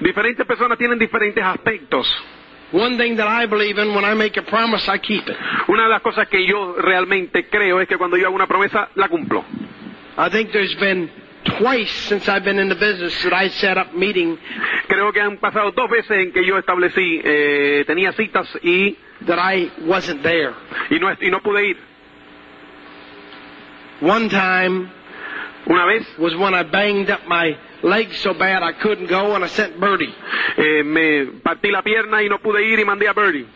Speaker 4: Diferentes personas tienen diferentes aspectos.
Speaker 3: One thing that I believe in, when I make a promise, I keep it.
Speaker 4: Una de las cosas que yo realmente creo es que cuando yo hago una promesa, la cumplo.
Speaker 3: I think there's been twice since I've been in the business that I set up meeting
Speaker 4: Creo que han pasado dos veces en que yo establecí, eh, tenía citas y,
Speaker 3: that I wasn't there.
Speaker 4: y, no, y no pude ir.
Speaker 3: One time
Speaker 4: Una vez
Speaker 3: was when I banged up my leg so bad I couldn't go and I sent Birdie.
Speaker 4: eh, me partí la pierna y no pude ir y mandé a Birdie.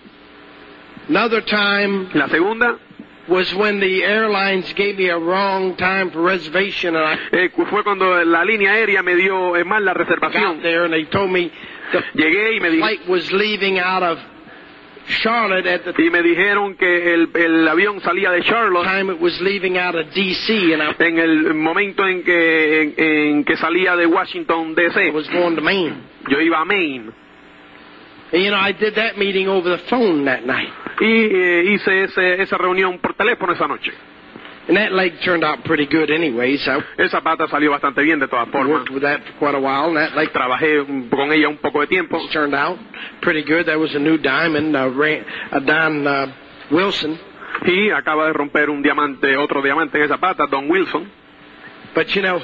Speaker 3: Another time
Speaker 4: La segunda
Speaker 3: was when the airlines gave me a wrong time for reservation and I
Speaker 4: eh, cu- fue cuando la línea aérea me dio eh, mal la
Speaker 3: got
Speaker 4: reservación.
Speaker 3: there and they told me the
Speaker 4: Llegué y me, di-
Speaker 3: flight was leaving out of Charlotte at the
Speaker 4: y me dijeron que el, el avión salía de Charlotte
Speaker 3: time it was leaving out of DC and I
Speaker 4: en el momento en que, en- en que salía de Washington, D.C.
Speaker 3: was going to Maine.
Speaker 4: Yo iba a Maine.
Speaker 3: And you know, I did that meeting over the phone that night.
Speaker 4: Y eh, hice ese- esa reunión por teléfono esa noche.
Speaker 3: And that leg turned out pretty good anyway, so
Speaker 4: Esa pata salió bastante bien de todas
Speaker 3: I
Speaker 4: formas.
Speaker 3: worked with that for quite a while, and that leg
Speaker 4: Trabajé un- con ella un poco de tiempo.
Speaker 3: turned out pretty good. That was a new diamond, uh, ran, uh, Don uh, Wilson.
Speaker 4: Y acaba de romper un diamante, otro diamante en esa pata, Don Wilson.
Speaker 3: But you know,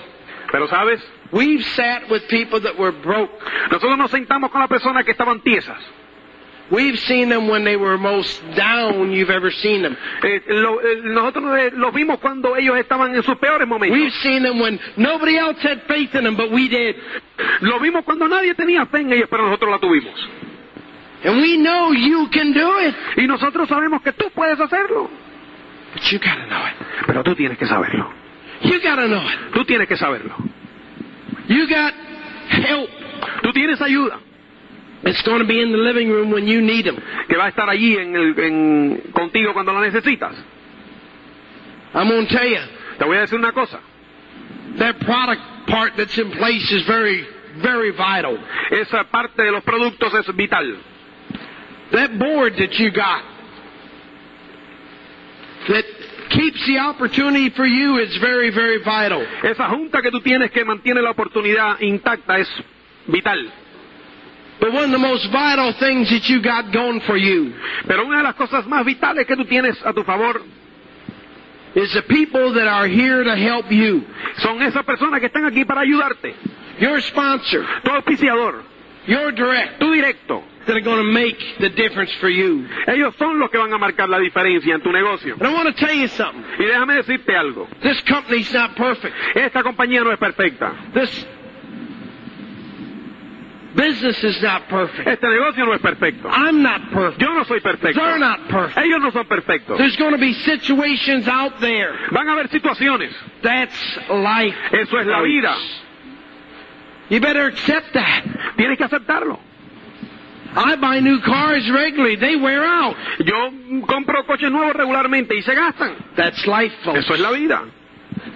Speaker 4: Pero sabes,
Speaker 3: we've sat with people that were broke.
Speaker 4: nosotros nos sentamos con las personas que estaban tiesas.
Speaker 3: We've seen them when they were most down you've ever seen them.
Speaker 4: Eh, lo- eh, nosotros eh, los vimos cuando ellos estaban en sus
Speaker 3: We've
Speaker 4: peores momentos.
Speaker 3: seen them when nobody else had faith in them, but we did.
Speaker 4: Lo vimos cuando nadie tenía fe en ellos, pero nosotros la tuvimos.
Speaker 3: And we know you can do it,
Speaker 4: Y nosotros sabemos que tú puedes hacerlo.
Speaker 3: but you gotta know it.
Speaker 4: Pero tú tienes que saberlo.
Speaker 3: You gotta know it.
Speaker 4: Tú tienes que saberlo.
Speaker 3: You got help.
Speaker 4: Tú tienes ayuda
Speaker 3: It's gonna be in the living room when you need them.
Speaker 4: que va a estar allí en el- en- contigo cuando la necesitas.
Speaker 3: I'm gonna tell you,
Speaker 4: Te voy a decir una cosa.
Speaker 3: that product part that's in place is very, very vital.
Speaker 4: Esa parte de los productos es vital.
Speaker 3: That board that you got that keeps the opportunity for you is very, very vital.
Speaker 4: Esa junta que tú tienes que mantiene la oportunidad intacta es vital.
Speaker 3: But one of the most vital things that you got going for you
Speaker 4: Pero una de las cosas más vitales que tú tienes a tu favor
Speaker 3: is the people that are here to help you.
Speaker 4: son esas personas que están aquí para ayudarte.
Speaker 3: Your sponsor,
Speaker 4: Tu auspiciador,
Speaker 3: your direct,
Speaker 4: tu directo.
Speaker 3: that are going to make the difference for you.
Speaker 4: Ellos son los que van a marcar la diferencia en tu negocio.
Speaker 3: And I want to tell you something.
Speaker 4: Y déjame decirte algo.
Speaker 3: This company's not perfect.
Speaker 4: Esta compañía no es perfecta.
Speaker 3: This business is not perfect.
Speaker 4: Este negocio no es perfecto.
Speaker 3: I'm not perfect.
Speaker 4: Yo no soy perfecto.
Speaker 3: They're not perfect.
Speaker 4: Ellos no son perfectos.
Speaker 3: There's going to be situations out there.
Speaker 4: Van a haber situaciones.
Speaker 3: That's life.
Speaker 4: Eso es la vida.
Speaker 3: You better accept that.
Speaker 4: Tienes que aceptarlo.
Speaker 3: I buy new cars regularly. They wear out.
Speaker 4: Yo compro coches nuevos regularmente y se gastan.
Speaker 3: That's life, folks.
Speaker 4: Eso es la vida.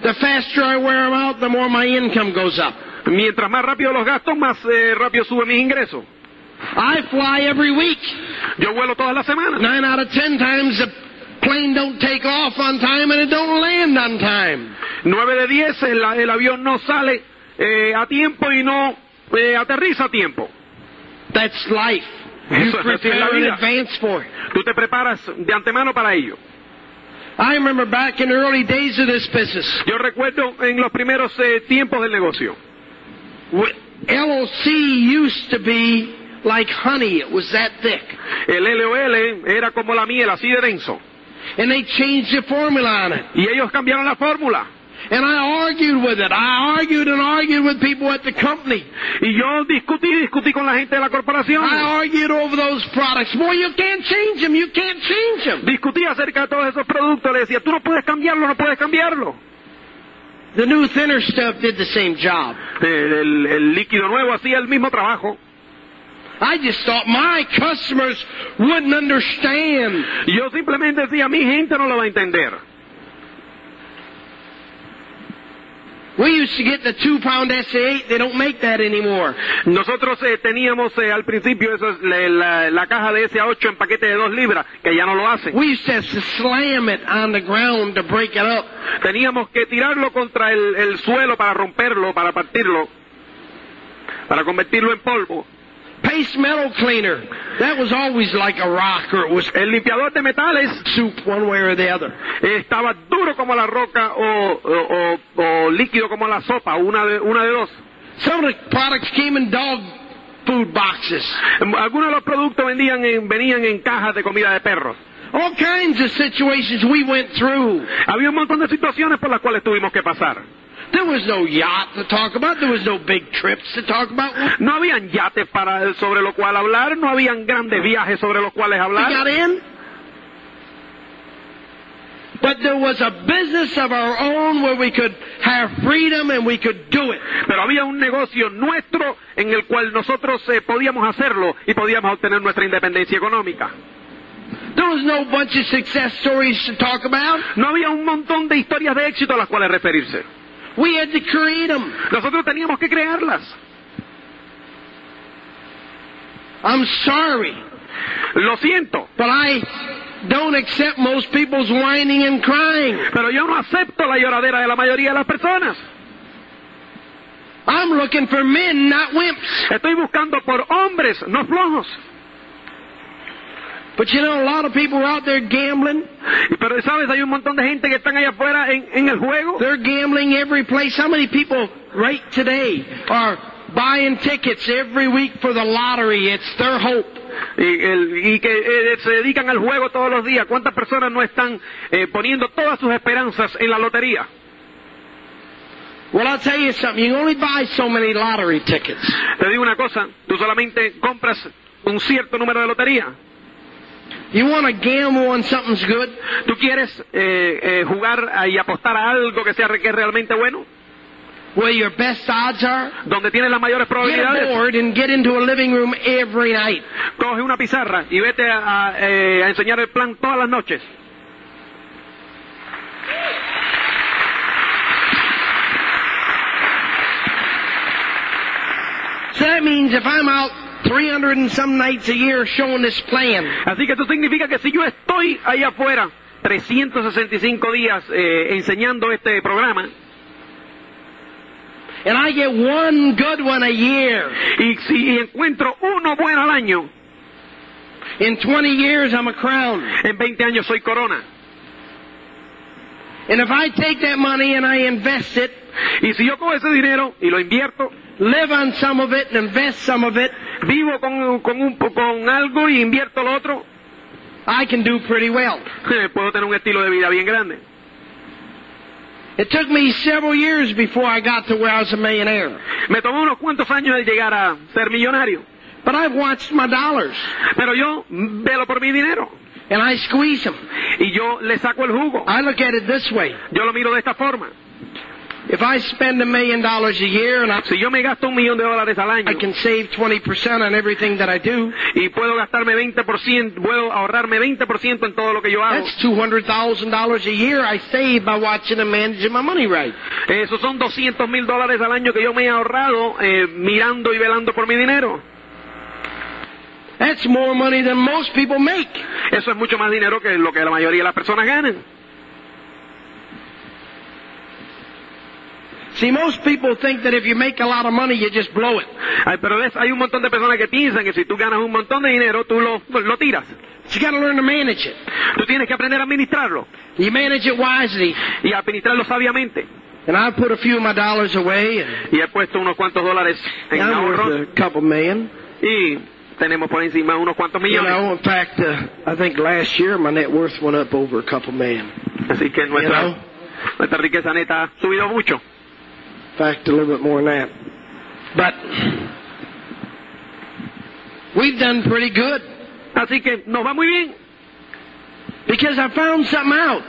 Speaker 3: The faster I wear them out, the more my income goes up.
Speaker 4: Mientras más rápido los gastos, más eh, rápido suben mis ingresos.
Speaker 3: I fly every week.
Speaker 4: Yo vuelo todas las semanas.
Speaker 3: Nine out of ten times the plane don't take off on time and it don't land on time.
Speaker 4: Nueve de diez, el, el avión no sale eh, a tiempo y no eh, aterriza a tiempo.
Speaker 3: That's life. You
Speaker 4: Eso es así en la
Speaker 3: prepare in
Speaker 4: vida.
Speaker 3: advance for it.
Speaker 4: Tú te preparas de antemano para ello.
Speaker 3: I remember back in the early days of this business,
Speaker 4: Yo recuerdo en los primeros eh, tiempos del negocio.
Speaker 3: w- LOC used to be like honey. It was that thick.
Speaker 4: El LOL era como la miel, así de denso.
Speaker 3: And they changed the formula on it.
Speaker 4: Y ellos cambiaron la fórmula.
Speaker 3: And I argued with it. I argued and argued with people at the company.
Speaker 4: Y yo discutí, discutí con la gente de la corporación.
Speaker 3: I argued over those products. Boy, you can't change them. You can't change them.
Speaker 4: Discutí acerca de todos esos productos. Le decía, tú no puedes cambiarlo, no puedes cambiarlo.
Speaker 3: The new thinner stuff did the same job.
Speaker 4: El, el- el líquido nuevo hacía el mismo trabajo.
Speaker 3: I just thought my customers wouldn't understand.
Speaker 4: Y yo simplemente decía, mi gente no lo va a entender.
Speaker 3: We used to get the two pound SA8. They don't make that anymore.
Speaker 4: Nosotros eh, teníamos eh, al principio eso es la, la- la caja de SA8 en paquete de dos libras, que ya no lo hacen.
Speaker 3: We used to have to slam it on the ground to break it up.
Speaker 4: Teníamos que tirarlo contra el, el suelo para romperlo, para partirlo, para convertirlo en polvo.
Speaker 3: Paste metal cleaner. That was always like a rock or it was
Speaker 4: El limpiador de metales
Speaker 3: soup one way or the other.
Speaker 4: estaba duro como la roca o, o- o- o líquido como la sopa, una de, una de dos.
Speaker 3: Some of the products came in dog food boxes.
Speaker 4: Algunos de los productos vendían en- venían en cajas de comida de perros.
Speaker 3: All kinds of situations we went through.
Speaker 4: Había un montón de situaciones por las cuales tuvimos que pasar.
Speaker 3: There was no yacht to talk about. There was no big trips to talk about.
Speaker 4: No habían yates para, sobre lo cual hablar, no habían grandes viajes sobre los cuales
Speaker 3: We got
Speaker 4: hablar,
Speaker 3: in. But there was a business of our own where we could have freedom and we could do it.
Speaker 4: pero había un negocio nuestro en el cual nosotros eh, podíamos hacerlo y podíamos obtener nuestra independencia económica.
Speaker 3: There was no bunch of success stories to talk about.
Speaker 4: No había un montón de historias de éxito a las cuales referirse.
Speaker 3: We had to create them.
Speaker 4: Nosotros teníamos que crearlas.
Speaker 3: I'm sorry,
Speaker 4: Lo siento,
Speaker 3: but I don't accept most people's whining and crying.
Speaker 4: pero yo no acepto la lloradera de la mayoría de las personas.
Speaker 3: I'm looking for men, not wimps.
Speaker 4: Estoy buscando por hombres, no flojos.
Speaker 3: But you know, a lot of people are out there gambling.
Speaker 4: Y- Pero, ¿sabes? Hay un montón de gente que están allá afuera en, en el juego.
Speaker 3: They're gambling every place. How many people right today are buying tickets every week for the lottery? It's their hope.
Speaker 4: y, el- y que eh, se dedican al juego todos los días. ¿Cuántas personas no están eh, poniendo todas sus esperanzas en la lotería?
Speaker 3: Well, I'll tell you something. You can only buy so many lottery tickets.
Speaker 4: Te digo una cosa, tú solamente compras un cierto número de lotería.
Speaker 3: You want to gamble on something's good?
Speaker 4: ¿Tú quieres eh, eh, jugar a- y apostar a algo que sea re- que es realmente bueno?
Speaker 3: Where your best odds are?
Speaker 4: Donde tienes las mayores
Speaker 3: Get
Speaker 4: probabilidades,
Speaker 3: bored and get into a living room every night.
Speaker 4: coge una pizarra y vete a, a, eh, a enseñar el plan todas las noches.
Speaker 3: So that means if I'm out 300 and some nights a year showing this plan,
Speaker 4: Así que eso significa que si yo estoy ahí afuera 365 días eh, enseñando este programa
Speaker 3: and I get one good one a year,
Speaker 4: y si encuentro uno bueno al año,
Speaker 3: in 20 years I'm a crown.
Speaker 4: en 20 años soy corona.
Speaker 3: And if I take that money and I invest it,
Speaker 4: Y si yo cojo ese dinero y lo invierto,
Speaker 3: live on some of it and invest some of it,
Speaker 4: vivo con, con, un, po- con algo y invierto lo otro,
Speaker 3: I can do pretty well.
Speaker 4: eh, puedo tener un estilo de vida bien grande.
Speaker 3: It took me several years before I got to where I was a millionaire.
Speaker 4: Me tomó unos cuantos años el llegar a ser millonario,
Speaker 3: But I've watched my dollars,
Speaker 4: pero yo velo por mi dinero
Speaker 3: and I squeeze them.
Speaker 4: y yo le saco el jugo.
Speaker 3: I look at it this way.
Speaker 4: Yo lo miro de esta forma.
Speaker 3: If I spend a million dollars a year and I,
Speaker 4: Si yo me gasto un millón de dólares al año
Speaker 3: I can save 20% on everything that I do,
Speaker 4: y puedo gastarme 20%, puedo ahorrarme 20% en todo lo que yo hago,
Speaker 3: that's $200,000 a year I save by watching and managing my money right.
Speaker 4: esos son 200 mil dólares al año que yo me he ahorrado eh, mirando y velando por mi dinero.
Speaker 3: That's more money than most people make.
Speaker 4: Eso es mucho más dinero que lo que la mayoría de las personas ganan.
Speaker 3: See, most people think that if you make a lot of money, you just blow it.
Speaker 4: Ay, pero ves, hay un montón de personas que piensan que si tú ganas un montón de dinero, tú lo, pues, lo tiras.
Speaker 3: But you gotta learn to manage it.
Speaker 4: Tú tienes que aprender a administrarlo
Speaker 3: You manage it wisely.
Speaker 4: y a administrarlo sabiamente.
Speaker 3: And I put a few of my dollars away, and,
Speaker 4: Y he puesto unos cuantos dólares en
Speaker 3: I'm
Speaker 4: ahorro
Speaker 3: worth a couple million.
Speaker 4: y tenemos por encima unos cuantos
Speaker 3: You
Speaker 4: millones.
Speaker 3: know, in fact, uh, I think last year my net worth went up over a couple million.
Speaker 4: Así que nuestra,
Speaker 3: know.
Speaker 4: nuestra riqueza neta ha subido mucho.
Speaker 3: In fact, a little bit more than that. But we've done pretty good
Speaker 4: Así que nos va muy bien
Speaker 3: because I found something out.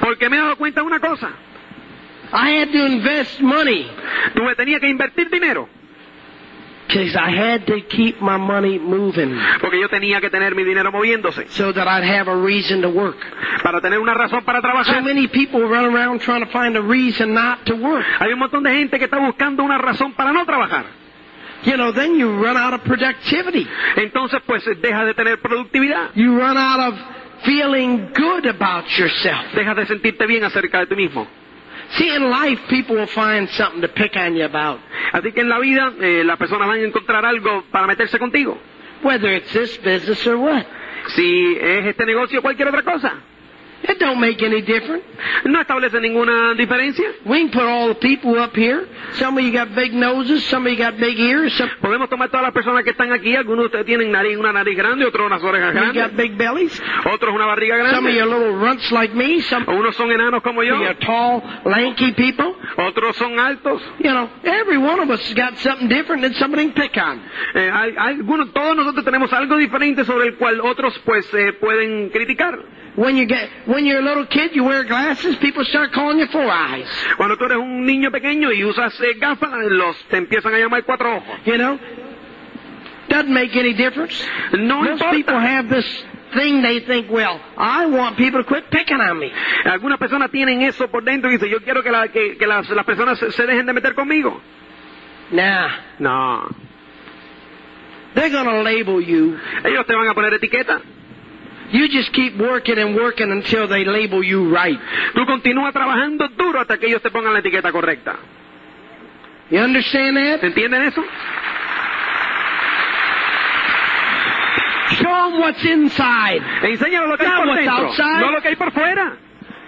Speaker 4: porque me he dado cuenta de una cosa.
Speaker 3: I had to invest money
Speaker 4: Tuve, tenía que invertir dinero
Speaker 3: because I had to keep my money moving
Speaker 4: porque yo tenía que tener mi dinero moviéndose
Speaker 3: so that I'd have a reason to work.
Speaker 4: para tener una razón para
Speaker 3: So
Speaker 4: trabajar.
Speaker 3: many people run around trying to find a reason not to work.
Speaker 4: Hay un montón de gente que está buscando una razón para no trabajar.
Speaker 3: You know, then you run out of productivity.
Speaker 4: Entonces, pues dejas de tener productividad,
Speaker 3: You run out of feeling good about yourself.
Speaker 4: dejas de sentirte bien acerca de ti mismo.
Speaker 3: See, in life, people will find something to pick on you about.
Speaker 4: Así que en la vida eh, las personas van a encontrar algo para meterse contigo.
Speaker 3: Whether it's this business or what.
Speaker 4: Si es este negocio o cualquier otra cosa,
Speaker 3: It don't make any difference.
Speaker 4: no establece ninguna diferencia.
Speaker 3: We can put all the people up here. Some of you got big noses, some of you got big ears, some
Speaker 4: Podemos tomar todas las personas que están aquí, algunos de ustedes tienen nariz, una nariz grande, otros unas orejas
Speaker 3: of you got
Speaker 4: grandes,
Speaker 3: big bellies.
Speaker 4: otros una barriga
Speaker 3: Some of you
Speaker 4: grande,
Speaker 3: are little runts like me, some of
Speaker 4: unos son enanos como
Speaker 3: you
Speaker 4: yo,
Speaker 3: are tall, lanky people.
Speaker 4: otros son altos.
Speaker 3: You know, every one of us has got something different that somebody can pick on.
Speaker 4: Eh, hay- hay algunos, todos nosotros tenemos algo diferente sobre el cual otros pues eh, pueden criticar.
Speaker 3: When you get when you're a little kid, you wear glasses, people start calling you four eyes.
Speaker 4: Cuando tú eres un niño pequeño y usas eh, gafas, los te empiezan a llamar cuatro ojos.
Speaker 3: You know? Doesn't make any difference.
Speaker 4: No
Speaker 3: Most people
Speaker 4: importa.
Speaker 3: have this thing they think, well, I want people to quit picking on me.
Speaker 4: Algunas personas tienen eso por dentro y dicen, yo quiero que, la- que- que las, las personas se, se dejen de meter conmigo.
Speaker 3: Nah.
Speaker 4: No.
Speaker 3: They're going to label you.
Speaker 4: Ellos te van a poner etiqueta.
Speaker 3: You just keep working and working until they label you right.
Speaker 4: Tú continúa trabajando duro hasta que ellos te pongan la etiqueta correcta.
Speaker 3: You understand that?
Speaker 4: ¿Entienden eso?
Speaker 3: Show them what's inside.
Speaker 4: Enséñalo lo que hay
Speaker 3: Not
Speaker 4: por
Speaker 3: what's
Speaker 4: dentro,
Speaker 3: outside.
Speaker 4: no lo que hay por fuera.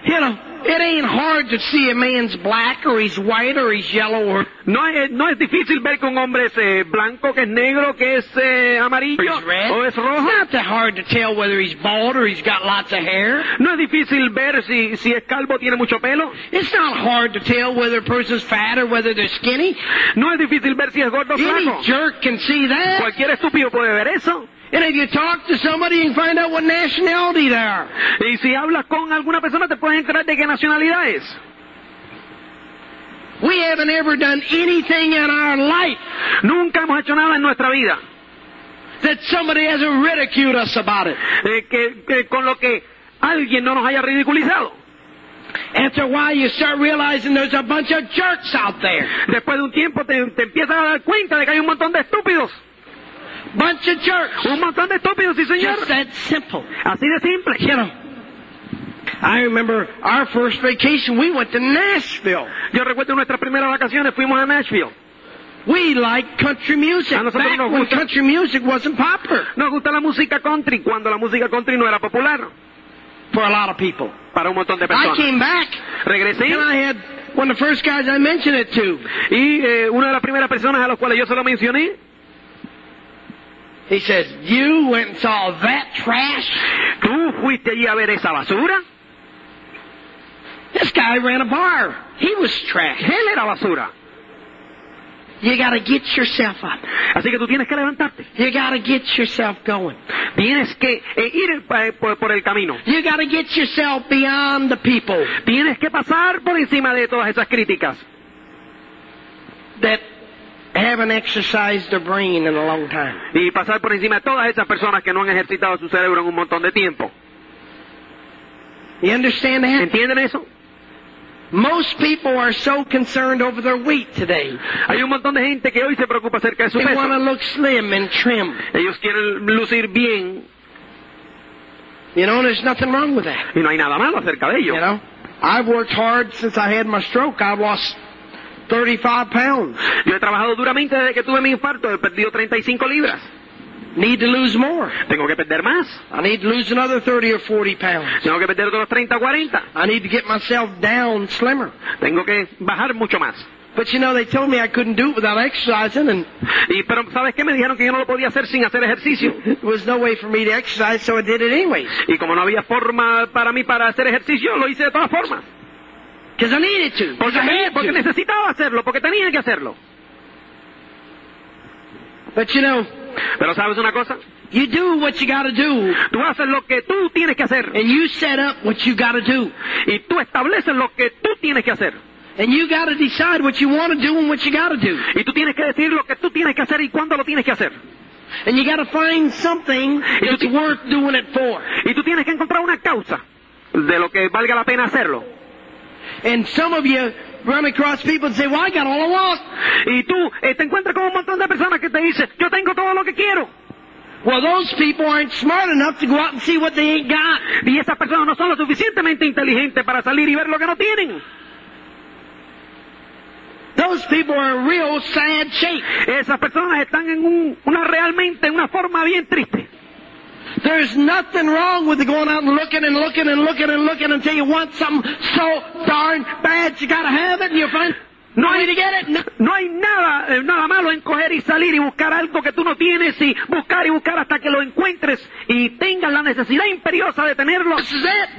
Speaker 3: You know, It ain't hard to see a man's black or he's white or he's yellow or.
Speaker 4: No es, no es difícil ver que un hombre es eh, blanco, que es negro, que es eh, amarillo
Speaker 3: He's red.
Speaker 4: o es rojo.
Speaker 3: Not that hard to tell whether he's bald or he's got lots of hair.
Speaker 4: No es difícil ver si, si es calvo tiene mucho pelo.
Speaker 3: It's not hard to tell whether a person's fat or whether they're skinny.
Speaker 4: No es difícil ver si es gordo o flaco.
Speaker 3: Any jerk can see that.
Speaker 4: Cualquier estúpido puede ver eso.
Speaker 3: And if you talk to somebody, you can find out what nationality they are.
Speaker 4: Y si hablas con alguna persona te puedes enterar de qué nacionalidad es.
Speaker 3: We haven't ever done anything in our life
Speaker 4: Nunca hemos hecho nada en nuestra vida
Speaker 3: that somebody hasn't ridiculed us about it.
Speaker 4: eh, que, que- con lo que alguien no nos haya ridiculizado.
Speaker 3: After a while, you start realizing there's a bunch of jerks out there.
Speaker 4: Después de un tiempo te, te empiezas a dar cuenta de que hay un montón de estúpidos.
Speaker 3: Bunch of jerks.
Speaker 4: Un montón de estúpidos, sí señor.
Speaker 3: Just that simple.
Speaker 4: Así de simple.
Speaker 3: You know. I remember our first vacation, we went to Nashville.
Speaker 4: Yo recuerdo nuestras primeras vacaciones fuimos a Nashville.
Speaker 3: We liked country music.
Speaker 4: A nosotros
Speaker 3: Back
Speaker 4: nos
Speaker 3: when
Speaker 4: gusta.
Speaker 3: country music wasn't popular
Speaker 4: Nos gusta la música country cuando la música country no era popular
Speaker 3: for a lot of people.
Speaker 4: para un montón de
Speaker 3: I
Speaker 4: personas.
Speaker 3: came back
Speaker 4: Regresé
Speaker 3: and I had one of the first guys I mentioned it to.
Speaker 4: y eh, una de las primeras personas a las cuales yo se lo mencioné,
Speaker 3: He says, You went and saw that trash?
Speaker 4: tú fuiste allí a ver esa basura.
Speaker 3: This guy ran a bar. He was trash.
Speaker 4: Él era basura.
Speaker 3: You gotta get yourself up.
Speaker 4: Así que tú tienes que levantarte.
Speaker 3: You gotta get yourself going.
Speaker 4: Tienes que eh, ir eh, por, por el camino.
Speaker 3: You gotta get yourself beyond the people
Speaker 4: Tienes que pasar por encima de todas esas críticas
Speaker 3: that haven't exercised their brain in a long time.
Speaker 4: y pasar por encima de todas esas personas que no han ejercitado su cerebro en un montón de tiempo.
Speaker 3: You understand that?
Speaker 4: ¿Entienden eso?
Speaker 3: Most people are so concerned over their weight today.
Speaker 4: Hay un montón de gente que hoy se preocupa acerca de su
Speaker 3: They want to
Speaker 4: peso.
Speaker 3: look slim and trim.
Speaker 4: Ellos quieren lucir bien
Speaker 3: You know, there's nothing wrong with that.
Speaker 4: y no hay nada malo acerca de ello.
Speaker 3: You know, I've worked hard since I had my stroke. I've lost 35 pounds.
Speaker 4: Yo he trabajado duramente desde que tuve mi infarto, he perdido 35 libras.
Speaker 3: Need to lose more.
Speaker 4: Tengo que perder más.
Speaker 3: I need to lose another 30 or 40 pounds.
Speaker 4: Tengo que perder otros 30 o 40.
Speaker 3: I need to get myself down slimmer.
Speaker 4: Tengo que bajar mucho más.
Speaker 3: But you know, they told me I couldn't do it without exercising, and
Speaker 4: Y pero sabes qué me dijeron que yo no lo podía hacer sin hacer ejercicio.
Speaker 3: there was no way for me to exercise, so I did it anyways.
Speaker 4: Y como no había forma para mí para hacer ejercicio, lo hice de todas formas.
Speaker 3: Because I needed to.
Speaker 4: Porque,
Speaker 3: 'Cause I
Speaker 4: tenía-
Speaker 3: had
Speaker 4: porque
Speaker 3: to.
Speaker 4: necesitaba hacerlo, porque tenía que hacerlo.
Speaker 3: But you know,
Speaker 4: Pero sabes una cosa,
Speaker 3: you do what you got to do,
Speaker 4: tú haces lo que tú tienes que hacer
Speaker 3: and you set up what you got to do,
Speaker 4: y tú estableces lo que tú tienes que hacer
Speaker 3: and you got to decide what you want to do and what you got to do,
Speaker 4: y tú tienes que decir lo que tú tienes que hacer y cuándo lo tienes que hacer.
Speaker 3: and you got to find something that's worth doing it for.
Speaker 4: Y tú tienes que encontrar una causa de lo que valga la pena hacerlo.
Speaker 3: And some of you run across people and say, "Well, I got all I want."
Speaker 4: Y tú eh, te encuentras con un montón de personas que te dicen, yo tengo todo lo que quiero.
Speaker 3: Well, those people aren't smart enough to go out and see what they ain't got.
Speaker 4: Y esas personas no son lo suficientemente inteligentes para salir y ver lo que no tienen.
Speaker 3: Those people are in real sad shape.
Speaker 4: Esas personas están en un- una realmente en una forma bien triste.
Speaker 3: There's nothing wrong with going out and looking and looking and looking and looking until you want something so darn bad you gotta have it and you'll find no way to get it. No.
Speaker 4: No hay nada, eh, nada malo en coger y salir y buscar algo que tú no tienes y buscar y buscar hasta que lo encuentres y tengas la necesidad imperiosa de tenerlo
Speaker 3: This is it.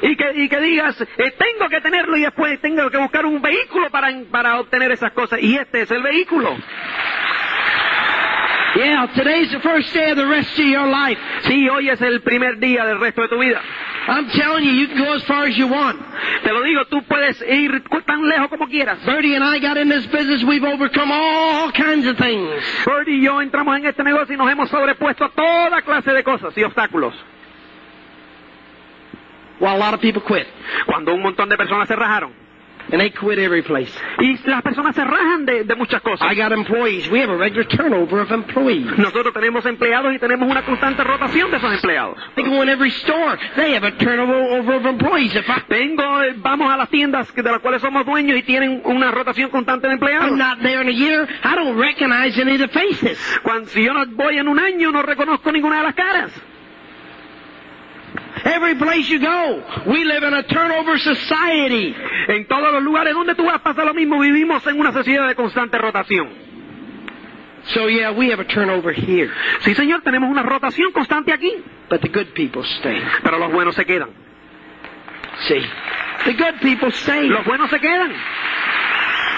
Speaker 4: y que, y que digas, eh, tengo que tenerlo y después tengo que buscar un vehículo para, para obtener esas cosas y este es el vehículo.
Speaker 3: Yeah, today's the first day of the rest of your life.
Speaker 4: Sí, hoy es el primer día del resto de tu vida.
Speaker 3: I'm telling you, you can go as far as you want.
Speaker 4: Te lo digo, tú puedes ir cu- tan lejos como quieras.
Speaker 3: Bertie and I got in this business, we've overcome all kinds of things.
Speaker 4: Birdie y yo entramos en este negocio y nos hemos sobrepuesto a toda clase de cosas y obstáculos.
Speaker 3: Well, a lot of people quit.
Speaker 4: Cuando un montón de personas se rajaron.
Speaker 3: And they quit every place.
Speaker 4: Y las personas se rajan de, de muchas cosas.
Speaker 3: I got employees. We have a regular turnover of employees.
Speaker 4: Nosotros tenemos empleados y tenemos una constante rotación de esos empleados.
Speaker 3: They go in every store. They have a turnover over of employees. If I,
Speaker 4: Tengo, eh, vamos a las tiendas que- de las cuales somos dueños y tienen una rotación constante de empleados.
Speaker 3: I'm not there in a year, I don't recognize any of the faces.
Speaker 4: Cuando, si yo no voy en un año no reconozco ninguna de las caras.
Speaker 3: every place you go. We live in a turnover society.
Speaker 4: En todos los lugares donde tú vas pasa lo mismo, vivimos en una sociedad de constante rotación.
Speaker 3: So yeah, we have a turnover here.
Speaker 4: Sí, señor, tenemos una rotación constante aquí,
Speaker 3: But the good people stay.
Speaker 4: pero los buenos se quedan.
Speaker 3: See? The good people stay.
Speaker 4: Los buenos se quedan.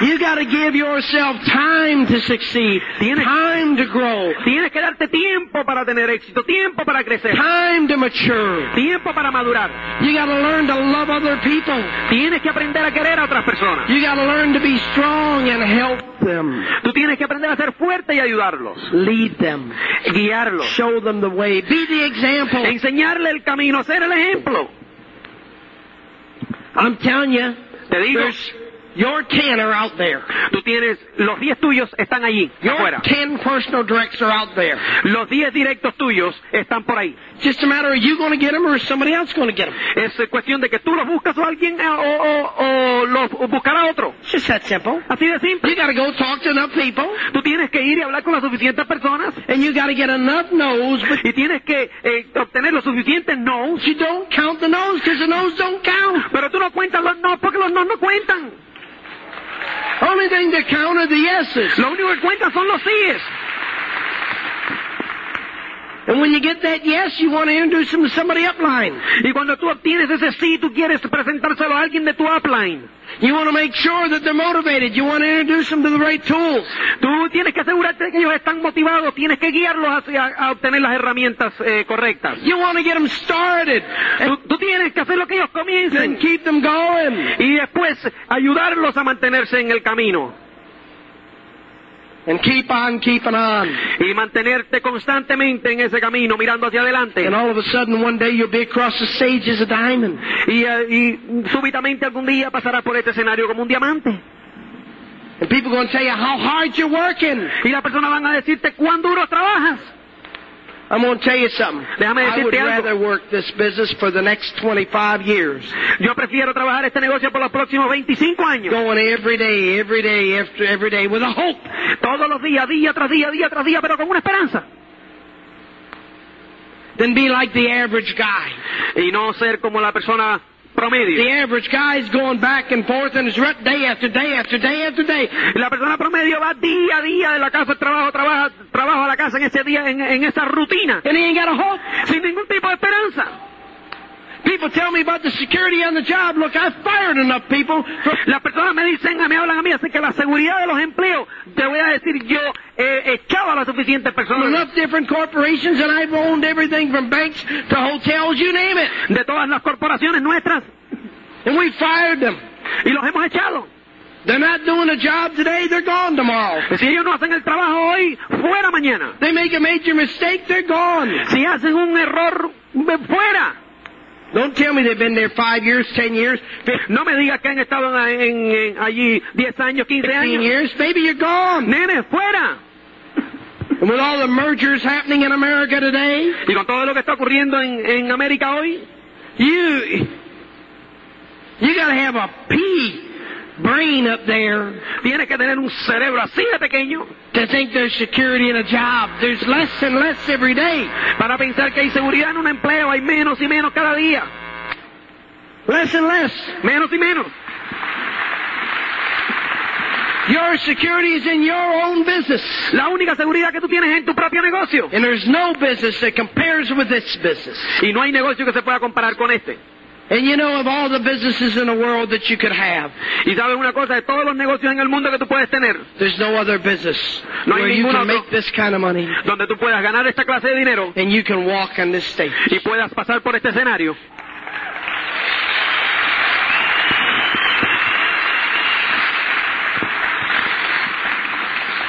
Speaker 3: You gotta give yourself time to succeed,
Speaker 4: Tienes-
Speaker 3: time to grow,
Speaker 4: Tienes que darte tiempo para tener éxito, tiempo para crecer,
Speaker 3: time to mature.
Speaker 4: tiempo para madurar.
Speaker 3: You gotta learn to love other people.
Speaker 4: Tienes que aprender a querer a otras personas.
Speaker 3: You gotta learn to be strong and help them.
Speaker 4: Tú tienes que aprender a ser fuerte y ayudarlos,
Speaker 3: Lead them.
Speaker 4: guiarlos,
Speaker 3: Show them the way. Be the example.
Speaker 4: enseñarle el camino, ser el ejemplo.
Speaker 3: I'm telling you,
Speaker 4: Te digo,
Speaker 3: there's your ten are out there.
Speaker 4: tú tienes, los 10 tuyos están allí,
Speaker 3: Your
Speaker 4: afuera.
Speaker 3: ten personal directs are out there.
Speaker 4: Los 10 directos tuyos están por ahí.
Speaker 3: Just a matter of you going to get them or is somebody else going to get them.
Speaker 4: Es eh, cuestión de que tú los buscas o alguien eh, o, o, o los o buscará otro.
Speaker 3: It's just that simple.
Speaker 4: Así de simple.
Speaker 3: You got to go talk to enough people,
Speaker 4: Tú tienes que ir y hablar con las suficientes personas eh,
Speaker 3: and you got to get enough no's, but
Speaker 4: y tienes que eh, obtener los suficientes no.
Speaker 3: you don't count the no's because the no's don't count.
Speaker 4: Pero tú no cuentas los no porque los no no cuentan.
Speaker 3: Only thing that count are the yeses.
Speaker 4: Lo único que cuentan son los síes.
Speaker 3: And when you get that yes, you want to introduce them to somebody upline.
Speaker 4: Y cuando tú obtienes ese sí, tú quieres presentárselo a alguien de tu upline.
Speaker 3: You want to make sure that they're motivated. You want to introduce them to the right tools.
Speaker 4: Tú tienes que asegurarte de que ellos están motivados, tienes que guiarlos hacia, a obtener las herramientas eh, correctas.
Speaker 3: You want to get them started
Speaker 4: Tú, tú tienes que hacer lo que ellos comiencen.
Speaker 3: and keep them going
Speaker 4: y después ayudarlos a mantenerse en el camino
Speaker 3: and keep on keeping on.
Speaker 4: y mantenerte constantemente en ese camino mirando hacia adelante
Speaker 3: And all of a sudden, one day you'll be across the stage as a diamond.
Speaker 4: y, eh, y súbitamente algún día pasarás por este escenario como un diamante
Speaker 3: And people going to tell you how hard you're working.
Speaker 4: y las personas van a decirte cuán duro trabajas
Speaker 3: I'm going to tell you something.
Speaker 4: Déjame
Speaker 3: I would
Speaker 4: decirte algo.
Speaker 3: rather work this business for the next 25 years.
Speaker 4: yo prefiero trabajar este negocio por los próximos 25 años
Speaker 3: Going every day, every day, after every day with a hope.
Speaker 4: todos los días día tras día día tras día pero con una esperanza
Speaker 3: Than be like the average guy.
Speaker 4: y no ser como la persona
Speaker 3: The
Speaker 4: promedio
Speaker 3: average guy is going back and forth and is right day after day after day after day.
Speaker 4: la persona promedio va día a día de la casa al trabajo trabaja trabajo a la casa en ese día en, en esa rutina
Speaker 3: And he ain't got a hope.
Speaker 4: sin ningún tipo de esperanza
Speaker 3: People tell me about the security on the job. Look, I've fired enough people. from-
Speaker 4: Las personas me dicen, me hablan a mí, así que la seguridad de los empleos, te voy a decir, yo eh, echaba a las suficientes
Speaker 3: from
Speaker 4: personas
Speaker 3: enough different corporations and I've owned everything from banks to hotels, you name it.
Speaker 4: de todas las corporaciones nuestras
Speaker 3: And we fired them.
Speaker 4: y los hemos echado.
Speaker 3: They're not doing a job today, they're gone tomorrow.
Speaker 4: Si ellos no hacen el trabajo hoy, fuera mañana.
Speaker 3: They make a major mistake, they're gone.
Speaker 4: Si hacen un error, ve- fuera.
Speaker 3: Don't tell me they've been there five years, ten years,
Speaker 4: No me digas que han estado en, en- en- allí 10 años, 15
Speaker 3: fifteen
Speaker 4: años.
Speaker 3: years. Maybe you're gone.
Speaker 4: Nene, fuera.
Speaker 3: And with all the mergers happening in America today,
Speaker 4: Y con todo lo que está ocurriendo en, en América hoy,
Speaker 3: you you gotta have a pea brain up there
Speaker 4: tienes que tener un cerebro así de pequeño
Speaker 3: to think there's security in a job. There's less and less every day.
Speaker 4: para pensar que hay seguridad en un empleo, hay menos y menos cada día.
Speaker 3: Less and less.
Speaker 4: Menos y menos.
Speaker 3: Your security is in your own business.
Speaker 4: La única seguridad que tú tienes es en tu propio negocio.
Speaker 3: And there's no business that compares with this business.
Speaker 4: Y no hay negocio que se pueda comparar con este.
Speaker 3: And you know of all the businesses in the world that you could have,
Speaker 4: Y sabes una cosa, de todos los negocios en el mundo que tú puedes tener,
Speaker 3: there's no other business
Speaker 4: No hay
Speaker 3: where you
Speaker 4: ningún
Speaker 3: can
Speaker 4: otro.
Speaker 3: make this kind of money.
Speaker 4: donde tú puedas ganar esta clase de dinero
Speaker 3: and you can walk on this stage.
Speaker 4: y puedas pasar por este escenario.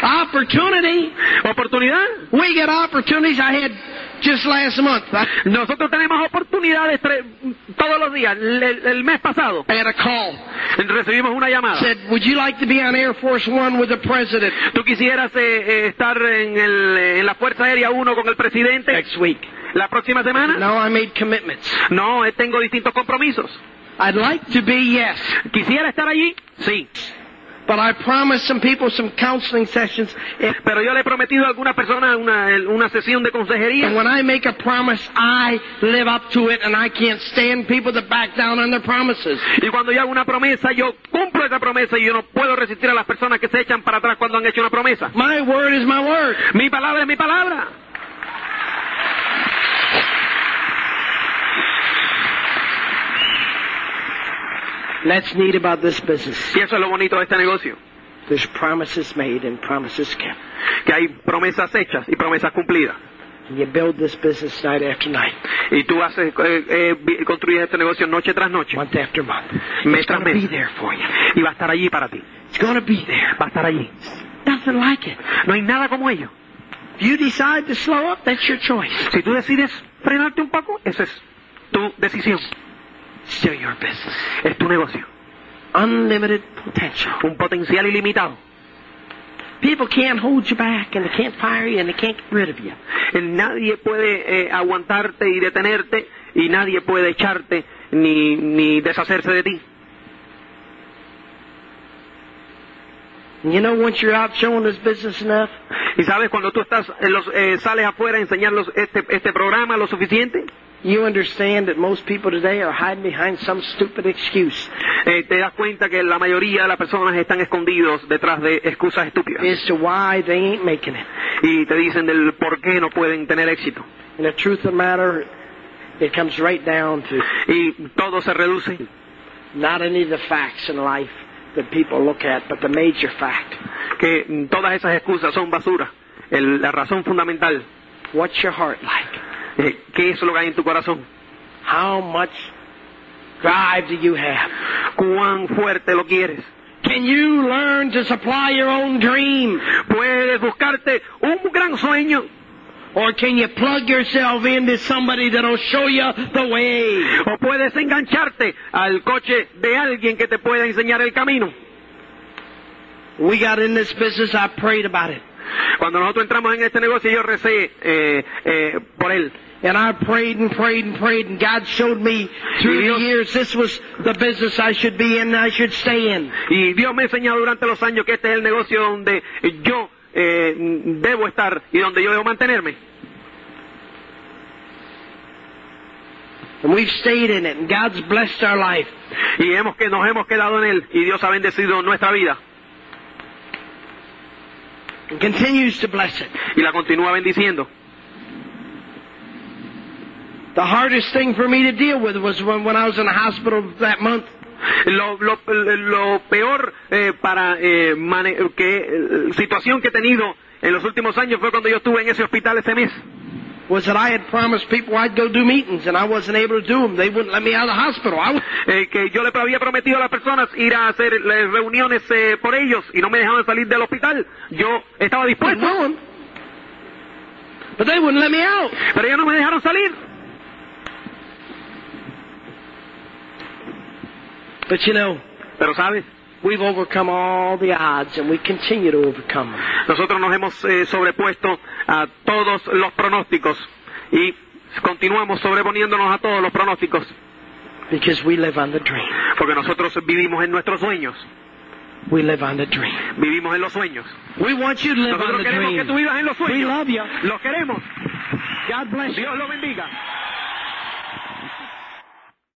Speaker 3: Opportunity.
Speaker 4: ¿Oportunidad?
Speaker 3: We get opportunities. I had just last month. I
Speaker 4: Nosotros tenemos oportunidades tre- todos los días. El, el- el mes pasado
Speaker 3: had a call.
Speaker 4: recibimos una llamada.
Speaker 3: Said, would you like to be on Air Force One with the president
Speaker 4: Tú quisieras eh, eh, estar en, el, eh, en la Fuerza Aérea 1 con el presidente
Speaker 3: next week?
Speaker 4: la próxima semana.
Speaker 3: No, I made commitments.
Speaker 4: No, eh, tengo distintos compromisos.
Speaker 3: I'd like to be, yes,
Speaker 4: ¿Quisiera estar allí? Sí.
Speaker 3: but But I promised some people some counseling sessions.
Speaker 4: Eh, Pero yo le he prometido a alguna persona una, el- una sesión de consejería.
Speaker 3: And when I make a promise, I live up to it, and I can't stand people that back down on their promises.
Speaker 4: Y cuando yo hago una promesa, yo cumplo esa promesa y yo no puedo resistir a las personas que se echan para atrás cuando han hecho una promesa.
Speaker 3: My word is my word.
Speaker 4: Mi palabra es mi palabra.
Speaker 3: That's neat about this business.
Speaker 4: Y eso es lo bonito de este negocio,
Speaker 3: There's promises made and promises kept.
Speaker 4: que hay promesas hechas y promesas cumplidas.
Speaker 3: And you build this business night after night,
Speaker 4: Y tú haces, eh, eh, vi- construyes este negocio noche tras noche,
Speaker 3: month after month.
Speaker 4: mes
Speaker 3: It's
Speaker 4: tras
Speaker 3: going to be
Speaker 4: mes.
Speaker 3: there for you.
Speaker 4: Y va a estar allí para ti.
Speaker 3: It's going to be there.
Speaker 4: Va a estar allí.
Speaker 3: Nothing like it.
Speaker 4: No hay nada como ello.
Speaker 3: If you decide to slow up, that's your choice.
Speaker 4: Si tú decides frenarte un poco, esa es tu decisión.
Speaker 3: It's still your business.
Speaker 4: Es tu negocio.
Speaker 3: Unlimited potential.
Speaker 4: Un potencial ilimitado.
Speaker 3: People can't hold you back, and they can't fire you, and they can't get rid of you.
Speaker 4: Eh, Nadie puede eh, aguantarte y detenerte y nadie puede echarte ni, ni deshacerse de ti.
Speaker 3: And you know, once you're out showing this business enough,
Speaker 4: Y sabes, cuando tú estás, eh, los, eh, sales afuera a enseñarlos este, este programa lo suficiente,
Speaker 3: you understand that most people today are hiding behind some stupid excuse.
Speaker 4: eh, te das cuenta que la mayoría de las personas están escondidos detrás de excusas estúpidas.
Speaker 3: as to why they ain't making it.
Speaker 4: Y te dicen del por qué no pueden tener éxito.
Speaker 3: And the truth of the matter, it comes right down to
Speaker 4: Y todo se reduce
Speaker 3: not any of the facts in life that people look at, but the major fact.
Speaker 4: que mm, todas esas excusas son basura. El- la razón fundamental,
Speaker 3: What's your heart like?
Speaker 4: eh, ¿qué es lo que hay en tu corazón?
Speaker 3: How much drive do you have?
Speaker 4: ¿Cuán fuerte lo quieres?
Speaker 3: Can you learn to supply your own dream?
Speaker 4: Puedes buscarte un gran sueño
Speaker 3: Or can you plug yourself into somebody that'll show you the way?
Speaker 4: o puedes engancharte al coche de alguien que te pueda enseñar el camino.
Speaker 3: We got in this business, I prayed about it.
Speaker 4: Cuando nosotros entramos en este negocio, yo recé eh, eh, por él.
Speaker 3: And I prayed and prayed and prayed, and God showed me through the years this was the business I should be in and I should stay in.
Speaker 4: Y Dios me ha enseñado durante los años que este es el negocio donde yo eh, debo estar y donde yo debo mantenerme.
Speaker 3: And we've stayed in it, and God's blessed our life.
Speaker 4: Y hemos que nos hemos quedado en él y Dios ha bendecido nuestra vida
Speaker 3: and continues to bless it.
Speaker 4: y la continúa bendiciendo.
Speaker 3: The hardest thing for me to deal with was when, when I was in the hospital that month.
Speaker 4: Lo, lo- lo peor eh, para eh, mane- que eh, situación que he tenido en los últimos años fue cuando yo estuve en ese hospital ese mes.
Speaker 3: Was that I had promised people I'd go do meetings and I wasn't able to do them. They wouldn't let me out of the hospital. I was,
Speaker 4: Eh, que yo le había prometido a las personas ir a hacer eh, reuniones eh, por ellos y no me dejaban salir del hospital. Yo estaba
Speaker 3: I
Speaker 4: dispuesto,
Speaker 3: know 'em. but they wouldn't let me out.
Speaker 4: pero ellos no me dejaron salir.
Speaker 3: But you know,
Speaker 4: Pero sabes,
Speaker 3: we've overcome all the odds and we continue to overcome them.
Speaker 4: nosotros nos hemos eh, sobrepuesto a todos los pronósticos y continuamos sobreponiéndonos a todos los pronósticos
Speaker 3: Because we live on the dream.
Speaker 4: porque nosotros vivimos en nuestros sueños,
Speaker 3: We live on the dream.
Speaker 4: vivimos en los sueños.
Speaker 3: We want you to live on
Speaker 4: Nosotros
Speaker 3: the
Speaker 4: queremos que tú
Speaker 3: dream.
Speaker 4: vivas en los
Speaker 3: We
Speaker 4: sueños.
Speaker 3: love you.
Speaker 4: Los queremos.
Speaker 3: God bless you.
Speaker 4: Dios lo bendiga.